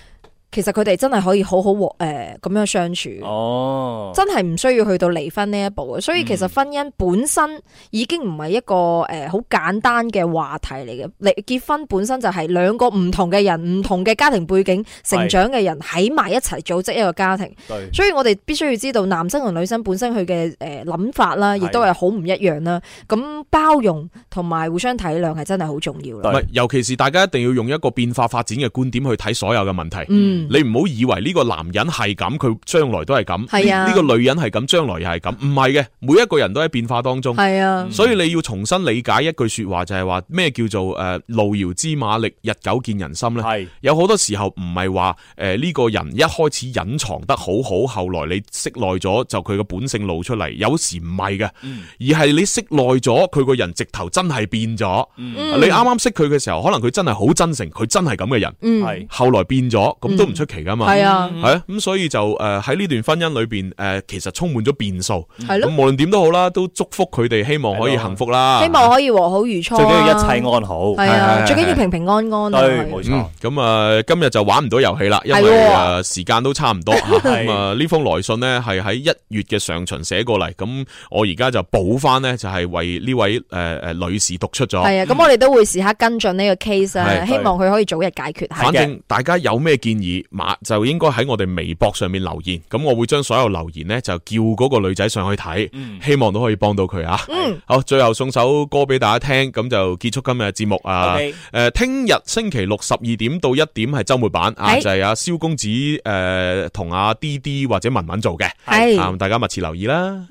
C: 其實佢哋真係可以好好和誒咁樣相處。
D: 哦
C: 真係唔需要去到離婚呢一步啊嘅，所以其
B: 嗯
C: 實婚姻本身已經唔係一個诶好、簡單嘅話題嚟嘅。你結婚本身就係兩個唔同嘅人、唔同嘅家庭背景成長嘅人喺埋一齊組織一個家庭
L: 對，
C: 所以我哋必須要知道男生同女生本身佢嘅诶諗法啦，亦都係好唔一樣啦。咁包容同埋互相體諒係真係好重要
B: 唔
C: 啦
B: 係。，尤其是大家一定要用一個變化發展嘅觀點去睇所有嘅問題。
C: 嗯
B: 你唔好以為呢個男人係咁，佢將來都係咁；
C: 係啊
B: 呢個女人係咁，將來又係咁。唔係嘅，每一個人都喺變化當中。
C: 係啊
L: 嗯
B: 所以你要重新理解一句说話，就係話咩叫做诶路遙知馬力，日久見人心呢？
D: 係
B: 有好多時候唔係話诶呢個人一開始隱藏得好好，後來你識耐咗就佢嘅本性露出嚟。有時唔係嘅。
L: 嗯
B: 而係你識耐咗，佢個人直頭真係變咗。
L: 嗯
B: 你啱啱識佢嘅時候，可能佢真係好真誠，佢真係咁嘅人。
L: 嗯係
B: 後來變咗，咁都唔出奇噶嘛。
L: 嗯係啊
B: 係啊，咁所以就誒喺呢段婚姻裏邊誒，其實充滿咗變數。
C: 係咯
B: 咁無論點都好啦，都祝福佢哋，希望可以幸福啦。嗯
C: 希望可以和好如初啦，啊
B: 最緊要一切安好
C: 係
B: 係係係
C: 啊，最緊要平平安安啊。係
B: 冇錯。咁啊，今日就玩唔到遊戲啦，因
C: 係
B: 為
C: 喎
B: 诶時間都差唔 多吓。咁啊，呢封來信呢係喺一月嘅上旬寫過嚟，咁我而家就補翻呢，就係為呢位诶诶女士讀出咗。
C: 系啊，咁我哋都會時刻跟進呢個 case 啊，
B: 係
C: 希望佢可以早日解決下。
B: 反正大家有咩建議，馬就應該喺我哋微博上面留言。咁我會將所有留言呢，就叫嗰個女仔上去睇，
D: Ừ.
C: 嗯
B: 希望都可以幫到佢啊。
L: 嗯
B: 好，最後送首歌俾大家聽，咁就結束今日嘅節目啊。
L: OK
B: 誒，聽日星期六十二點到一點係週末版啊，
L: 係
B: 就係阿蕭公子誒同阿 D D 或者文文做嘅，
L: 係
B: 啊，大家密切留意啦。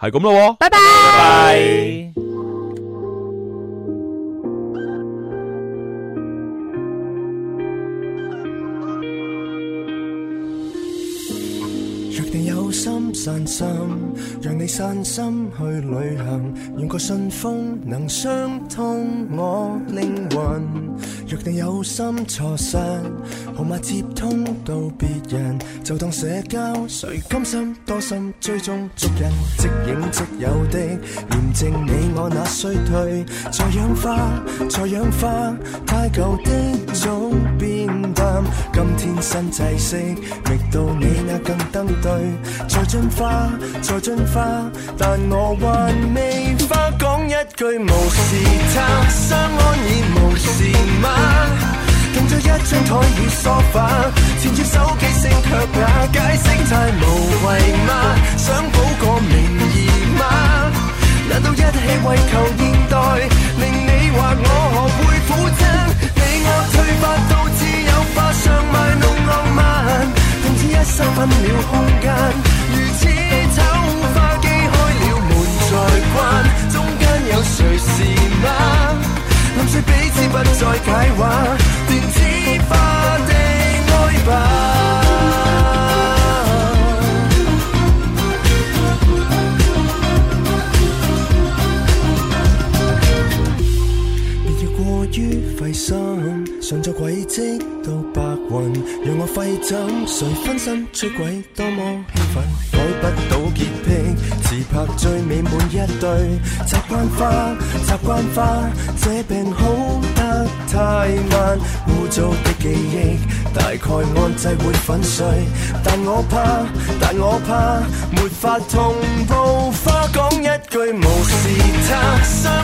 B: 係咁咯，
C: 拜拜。
F: 若定有心散心，讓你散心去旅行，用個信封能相通我靈魂。若定有心錯失，號碼接通到別人，就當社交，誰甘心多心追蹤足印，即影即有的驗證你我那衰退，在氧化，在氧化，太舊的早變淡，今天新制式，覓到你那更登對，在進化，在進化，但我還未花講一句無視他，相安已無事嗎？定咗一張台與梳化，纏住手機性卻也解釋太無謂嗎？想補個名義嗎？難道一起為求現代，令你話我學會苦撐？你我退化到自由化上賣弄浪漫，停止一生分秒空間，如此醜化機開了門再關，中間有誰是嗎？臨睡彼此不再解話，電子化地愛吧。別要過於費心，上咗軌跡到白雲，讓我費枕，誰分身出軌，多麼興奮，改不到潔癖，自拍最美滿一對，習慣化，習慣化，這病好得太慢，污糟的記憶大概按掣會粉碎，但我怕，但我怕，沒法同步花講一句無視他。